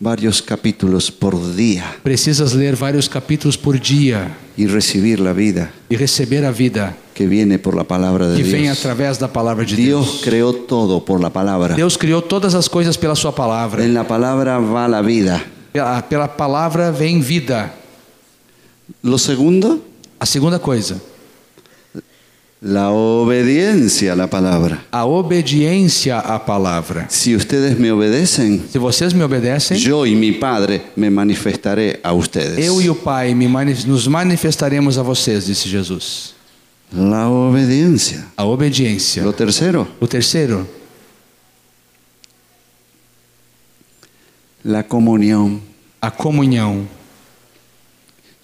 [SPEAKER 2] varios capítulos por día
[SPEAKER 3] Precisas ler vários capítulos por dia
[SPEAKER 2] y recibir la vida
[SPEAKER 3] e receber a vida
[SPEAKER 2] que viene por la palabra de
[SPEAKER 3] que vem
[SPEAKER 2] Dios.
[SPEAKER 3] através da palavra de
[SPEAKER 2] Dios
[SPEAKER 3] Deus.
[SPEAKER 2] creó todo por la palabra.
[SPEAKER 3] Deus criou todas as coisas pela sua palavra.
[SPEAKER 2] En la palabra va la vida.
[SPEAKER 3] Pela, pela palavra vem vida.
[SPEAKER 2] Lo segundo,
[SPEAKER 3] A segunda coisa,
[SPEAKER 2] la obediencia a la palabra.
[SPEAKER 3] a obediência à palavra.
[SPEAKER 2] Si ustedes me obedecen,
[SPEAKER 3] Se vocês me obedecem,
[SPEAKER 2] yo y mi Padre me manifestaré a ustedes.
[SPEAKER 3] eu e o Pai me mani- nos manifestaremos a vocês, disse Jesus.
[SPEAKER 2] La obediencia.
[SPEAKER 3] A obediência.
[SPEAKER 2] Lo tercero,
[SPEAKER 3] O terceiro,
[SPEAKER 2] la comunión.
[SPEAKER 3] a comunhão.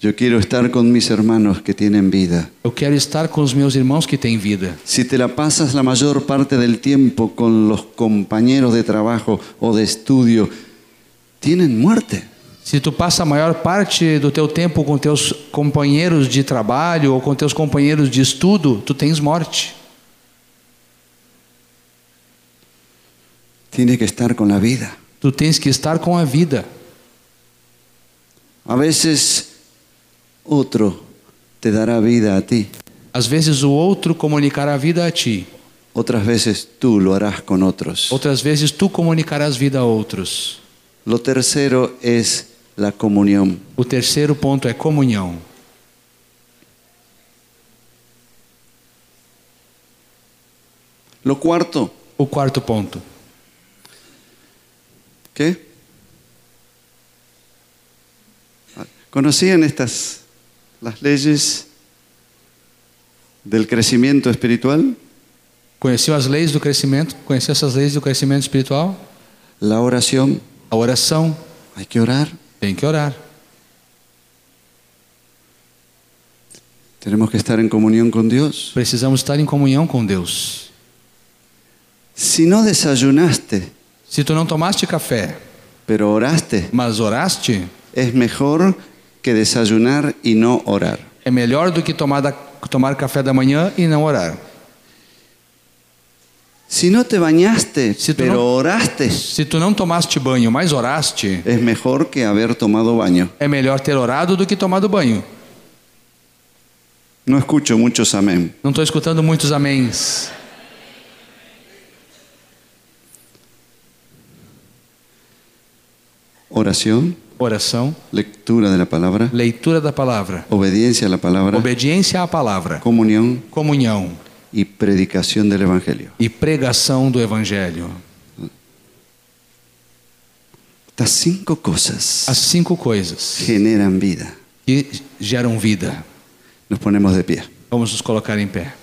[SPEAKER 2] Yo quiero estar con mis hermanos que tienen vida.
[SPEAKER 3] Eu quero estar com os meus irmãos que têm vida.
[SPEAKER 2] Si te la pasas la mayor parte del tiempo con los compañeros de trabajo o de estudio, tienen muerte.
[SPEAKER 3] Se tu passa a maior parte do teu tempo com teus companheiros de trabalho ou com teus companheiros de estudo, tu tens morte.
[SPEAKER 2] Tiene que estar con la vida.
[SPEAKER 3] Tu tens que estar com a vida.
[SPEAKER 2] A veces otro te dará vida a ti,
[SPEAKER 3] Às vezes o outro comunicará a vida a ti,
[SPEAKER 2] otras veces tú lo harás con otros.
[SPEAKER 3] outras vezes tu comunicarás vida a outros.
[SPEAKER 2] Lo tercero es la comunión.
[SPEAKER 3] O terceiro ponto é comunhão.
[SPEAKER 2] Lo cuarto,
[SPEAKER 3] O quarto ponto,
[SPEAKER 2] ¿qué? ¿Conocían estas las leyes del crecimiento espiritual?
[SPEAKER 3] conheceu as leis do crescimento, conheceu essas leis do crescimento espiritual?
[SPEAKER 2] La oración,
[SPEAKER 3] A oração,
[SPEAKER 2] hay que orar,
[SPEAKER 3] tem que orar.
[SPEAKER 2] tenemos que estar en comunión con Dios.
[SPEAKER 3] Precisamos estar em comunhão com Deus.
[SPEAKER 2] Si no desayunaste,
[SPEAKER 3] Se tu não tomaste café,
[SPEAKER 2] pero oraste,
[SPEAKER 3] mas oraste,
[SPEAKER 2] es mejor que desayunar y no orar.
[SPEAKER 3] É melhor do que tomar, da- tomar café da manhã e não orar.
[SPEAKER 2] Si no te bañaste,
[SPEAKER 3] Si tú
[SPEAKER 2] pero
[SPEAKER 3] no-
[SPEAKER 2] oraste,
[SPEAKER 3] Se tu não tomaste banho, mas oraste,
[SPEAKER 2] es mejor que haber tomado baño.
[SPEAKER 3] é melhor ter orado do que tomado banho.
[SPEAKER 2] No escucho muchos amén.
[SPEAKER 3] Não estou escutando muitos améns.
[SPEAKER 2] Oración,
[SPEAKER 3] Oração,
[SPEAKER 2] lectura de la palabra,
[SPEAKER 3] leitura da palavra,
[SPEAKER 2] obediencia a la palabra,
[SPEAKER 3] obediência à palavra,
[SPEAKER 2] comunión
[SPEAKER 3] comunhão
[SPEAKER 2] y predicación del Evangelio.
[SPEAKER 3] e pregação do evangelho.
[SPEAKER 2] Estas cinco cosas
[SPEAKER 3] As cinco coisas
[SPEAKER 2] generan vida.
[SPEAKER 3] que geram vida.
[SPEAKER 2] Nos ponemos de pie.
[SPEAKER 3] Vamos nos colocar em pé.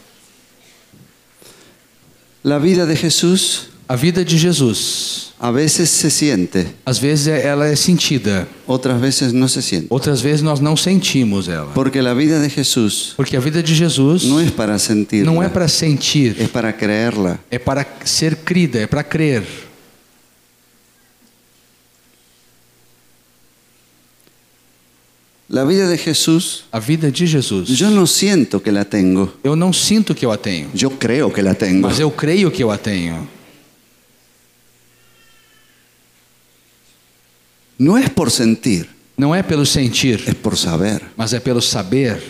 [SPEAKER 2] La vida de Jesús
[SPEAKER 3] A vida de Jesus,
[SPEAKER 2] a veces se siente,
[SPEAKER 3] às vezes é- ela é sentida,
[SPEAKER 2] otras veces no se siente.
[SPEAKER 3] outras vezes nós não sentimos ela.
[SPEAKER 2] Porque la vida de Jesús
[SPEAKER 3] Porque a vida de Jesus
[SPEAKER 2] no es para sentirla,
[SPEAKER 3] não é para
[SPEAKER 2] es
[SPEAKER 3] sentir,
[SPEAKER 2] para creerla.
[SPEAKER 3] é para ser crida, é para crer.
[SPEAKER 2] La vida de Jesús,
[SPEAKER 3] A vida de Jesus,
[SPEAKER 2] yo no siento que la tengo,
[SPEAKER 3] eu não sinto que eu a tenho,
[SPEAKER 2] yo creo que la tengo.
[SPEAKER 3] mas eu creio que eu a tenho.
[SPEAKER 2] No es por sentir,
[SPEAKER 3] Não é pelo sentir,
[SPEAKER 2] es por saber.
[SPEAKER 3] mas é pelo saber.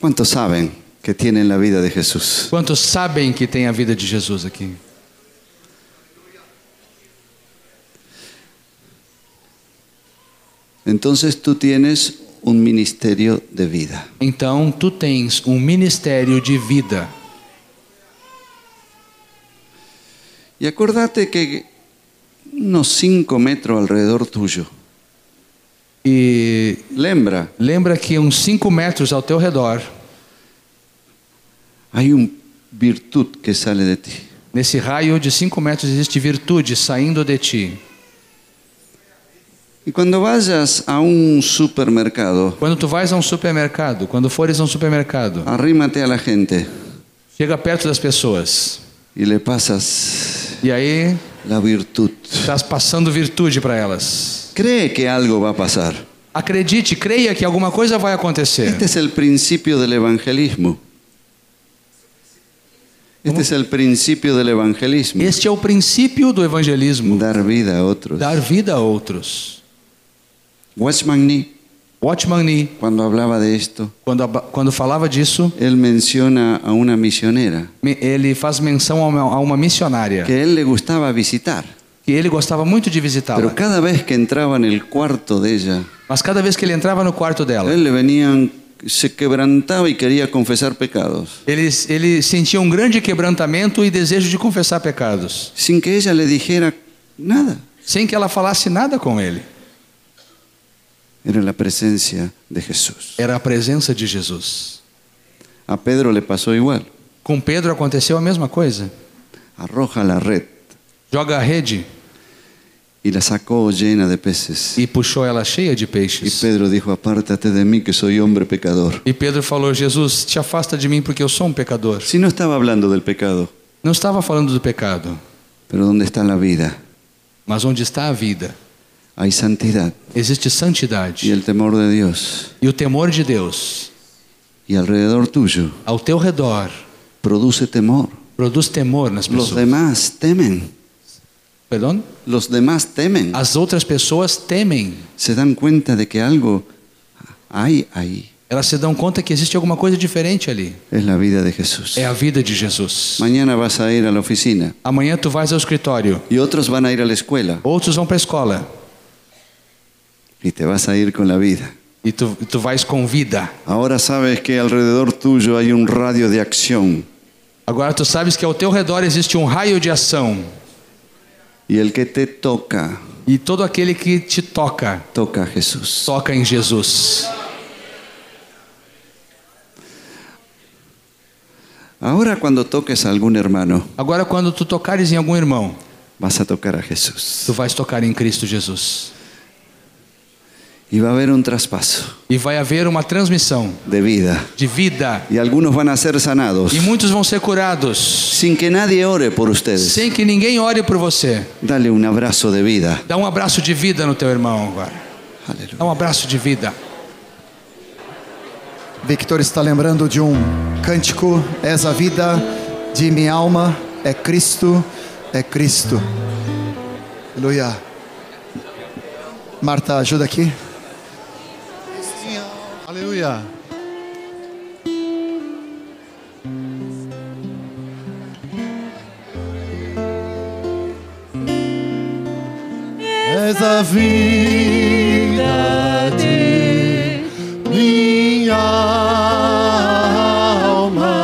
[SPEAKER 2] ¿Cuántos saben que tienen la vida de Jesús?
[SPEAKER 3] Quantos sabem que tem a vida de Jesus aqui?
[SPEAKER 2] Entonces tú tienes un ministerio de vida.
[SPEAKER 3] Então tu tens um ministério de vida.
[SPEAKER 2] Y acordate que unos cinco metros alrededor tuyo,
[SPEAKER 3] E
[SPEAKER 2] lembra,
[SPEAKER 3] lembra que uns 5 metros ao teu redor,
[SPEAKER 2] hay una virtud que sale de ti.
[SPEAKER 3] nesse raio de 5 metros, existe virtude saindo de ti.
[SPEAKER 2] Y cuando vayas a un supermercado,
[SPEAKER 3] Quando tu vais a um supermercado, quando fores a um supermercado,
[SPEAKER 2] arrímate a la gente
[SPEAKER 3] chega perto das pessoas
[SPEAKER 2] y le pasas
[SPEAKER 3] e aí
[SPEAKER 2] la virtud.
[SPEAKER 3] estás passando virtude para elas.
[SPEAKER 2] Cree que algo va a pasar.
[SPEAKER 3] Acredite, creia que alguma coisa vai acontecer.
[SPEAKER 2] Este es el principio del evangelismo. Este es el principio del evangelismo.
[SPEAKER 3] Este é o princípio do evangelismo,
[SPEAKER 2] Dar vida a otros.
[SPEAKER 3] dar vida a outros.
[SPEAKER 2] Watchman Nee,
[SPEAKER 3] Watchman Nee,
[SPEAKER 2] cuando hablaba de esto,
[SPEAKER 3] quando, aba- quando falava disso,
[SPEAKER 2] él menciona a una misionera
[SPEAKER 3] me- ele faz menção a uma, a uma missionária
[SPEAKER 2] que a él le gustaba visitar.
[SPEAKER 3] que ele gostava muito de
[SPEAKER 2] Pero
[SPEAKER 3] visitá-la.
[SPEAKER 2] cada vez que entraba en el cuarto de ella,
[SPEAKER 3] Mas cada vez que ele entrava no quarto
[SPEAKER 2] a
[SPEAKER 3] dela,
[SPEAKER 2] él le venían, se quebrantaba y quería confesar pecados.
[SPEAKER 3] ele, ele sentia um grande quebrantamento e desejo de confessar pecados,
[SPEAKER 2] sin que ella le dijera nada.
[SPEAKER 3] sem que ela falasse nada com ele.
[SPEAKER 2] Era la presencia de Jesús.
[SPEAKER 3] Era a presença de Jesus.
[SPEAKER 2] A Pedro le pasó igual.
[SPEAKER 3] Com Pedro aconteceu a mesma coisa.
[SPEAKER 2] Arroja la red
[SPEAKER 3] Joga a rede
[SPEAKER 2] y la sacó llena de peces.
[SPEAKER 3] e puxou ela cheia de
[SPEAKER 2] Y
[SPEAKER 3] peixes.
[SPEAKER 2] Pedro dijo, apártate de mí que soy hombre pecador.
[SPEAKER 3] E Pedro falou: Jesus, te afasta de mim porque eu sou um pecador.
[SPEAKER 2] Si no estaba hablando del pecado,
[SPEAKER 3] Não estava falando do pecado,
[SPEAKER 2] pero ¿dónde está la vida?
[SPEAKER 3] mas onde está a vida?
[SPEAKER 2] Hay santidad
[SPEAKER 3] Existe
[SPEAKER 2] y
[SPEAKER 3] santidade
[SPEAKER 2] el temor de Dios.
[SPEAKER 3] e o temor de Deus
[SPEAKER 2] Y alrededor tuyo
[SPEAKER 3] ao teu redor
[SPEAKER 2] produce temor.
[SPEAKER 3] produz temor nas
[SPEAKER 2] Los
[SPEAKER 3] pessoas.
[SPEAKER 2] demás temen.
[SPEAKER 3] Perdão?
[SPEAKER 2] Los demás temen.
[SPEAKER 3] As outras pessoas temem.
[SPEAKER 2] Se dan cuenta de que algo hay ahí.
[SPEAKER 3] Elas se dão conta que existe alguma coisa diferente ali.
[SPEAKER 2] Es la vida de Jesús.
[SPEAKER 3] É a vida de Jesus.
[SPEAKER 2] Mañana vas a ir a la oficina
[SPEAKER 3] Amanhã tu vais ao escritório,
[SPEAKER 2] y otros van a ir a la escuela
[SPEAKER 3] outros vão para a escola
[SPEAKER 2] y te vas a ir con la vida.
[SPEAKER 3] e tu, tu vais com vida.
[SPEAKER 2] Ahora sabes que alrededor tuyo hay un radio de acción
[SPEAKER 3] Agora tu sabes que ao teu redor existe um raio de ação
[SPEAKER 2] y el que te toca,
[SPEAKER 3] e todo aquele que te toca,
[SPEAKER 2] toca a Jesús.
[SPEAKER 3] toca em Jesus.
[SPEAKER 2] Ahora cuando toques a algún hermano,
[SPEAKER 3] Agora quando tu tocares em algum irmão,
[SPEAKER 2] vas a tocar a Jesús.
[SPEAKER 3] tu vais tocar em Cristo Jesus.
[SPEAKER 2] Y va a haber un traspaso
[SPEAKER 3] E vai haver uma transmissão
[SPEAKER 2] de vida
[SPEAKER 3] de vida
[SPEAKER 2] y algunos van a ser sanados
[SPEAKER 3] e muitos vão ser curados
[SPEAKER 2] sin que nadie ore por ustedes.
[SPEAKER 3] sem que ninguém ore por você.
[SPEAKER 2] Dale un abrazo de vida.
[SPEAKER 3] Dá um abraço de vida no teu irmão agora.
[SPEAKER 2] Aleluya.
[SPEAKER 3] Dá um abraço de vida.
[SPEAKER 4] Victor está lembrando de um cântico: És a vida de minha alma, é Cristo, é Cristo. Aleluia. Marta, ajuda aqui. Aleluia. És a vida de minha alma,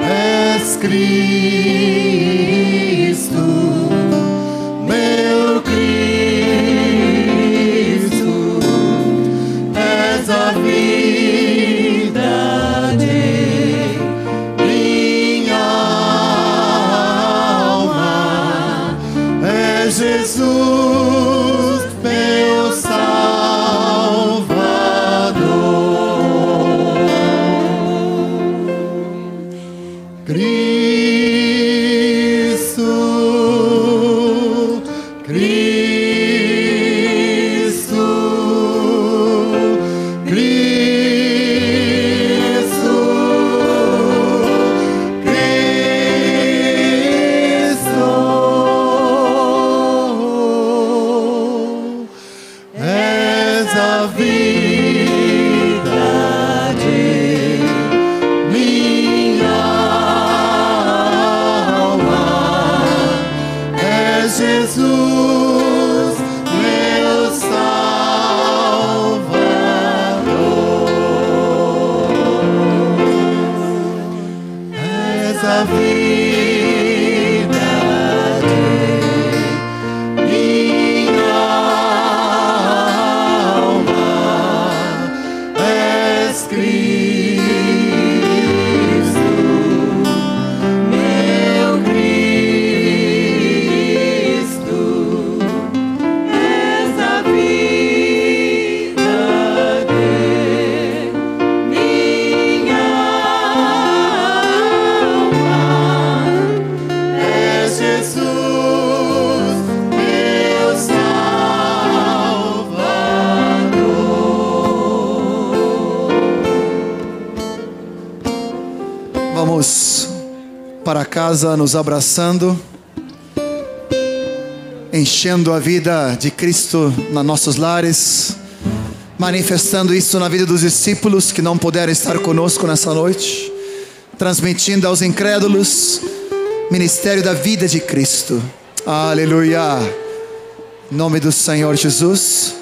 [SPEAKER 4] és Cristo, meu Cristo, és a vida de minha alma é Jesus, meu Salvador. Cristo, Cristo, Cristo. Cristo és a vida de minha alma, é Jesus, meu Salvador. És a vida de minha alma, és Cristo, meu Cristo, és a vida é de minha alma é Jesus, meu Salvador. Vamos para casa nos abraçando, enchendo a vida de Cristo nos nossos lares manifestando isso na vida dos discípulos que não puderam estar conosco nessa noite, transmitindo aos incrédulos ministério da vida de Cristo. Aleluia. Em nome do Senhor Jesus.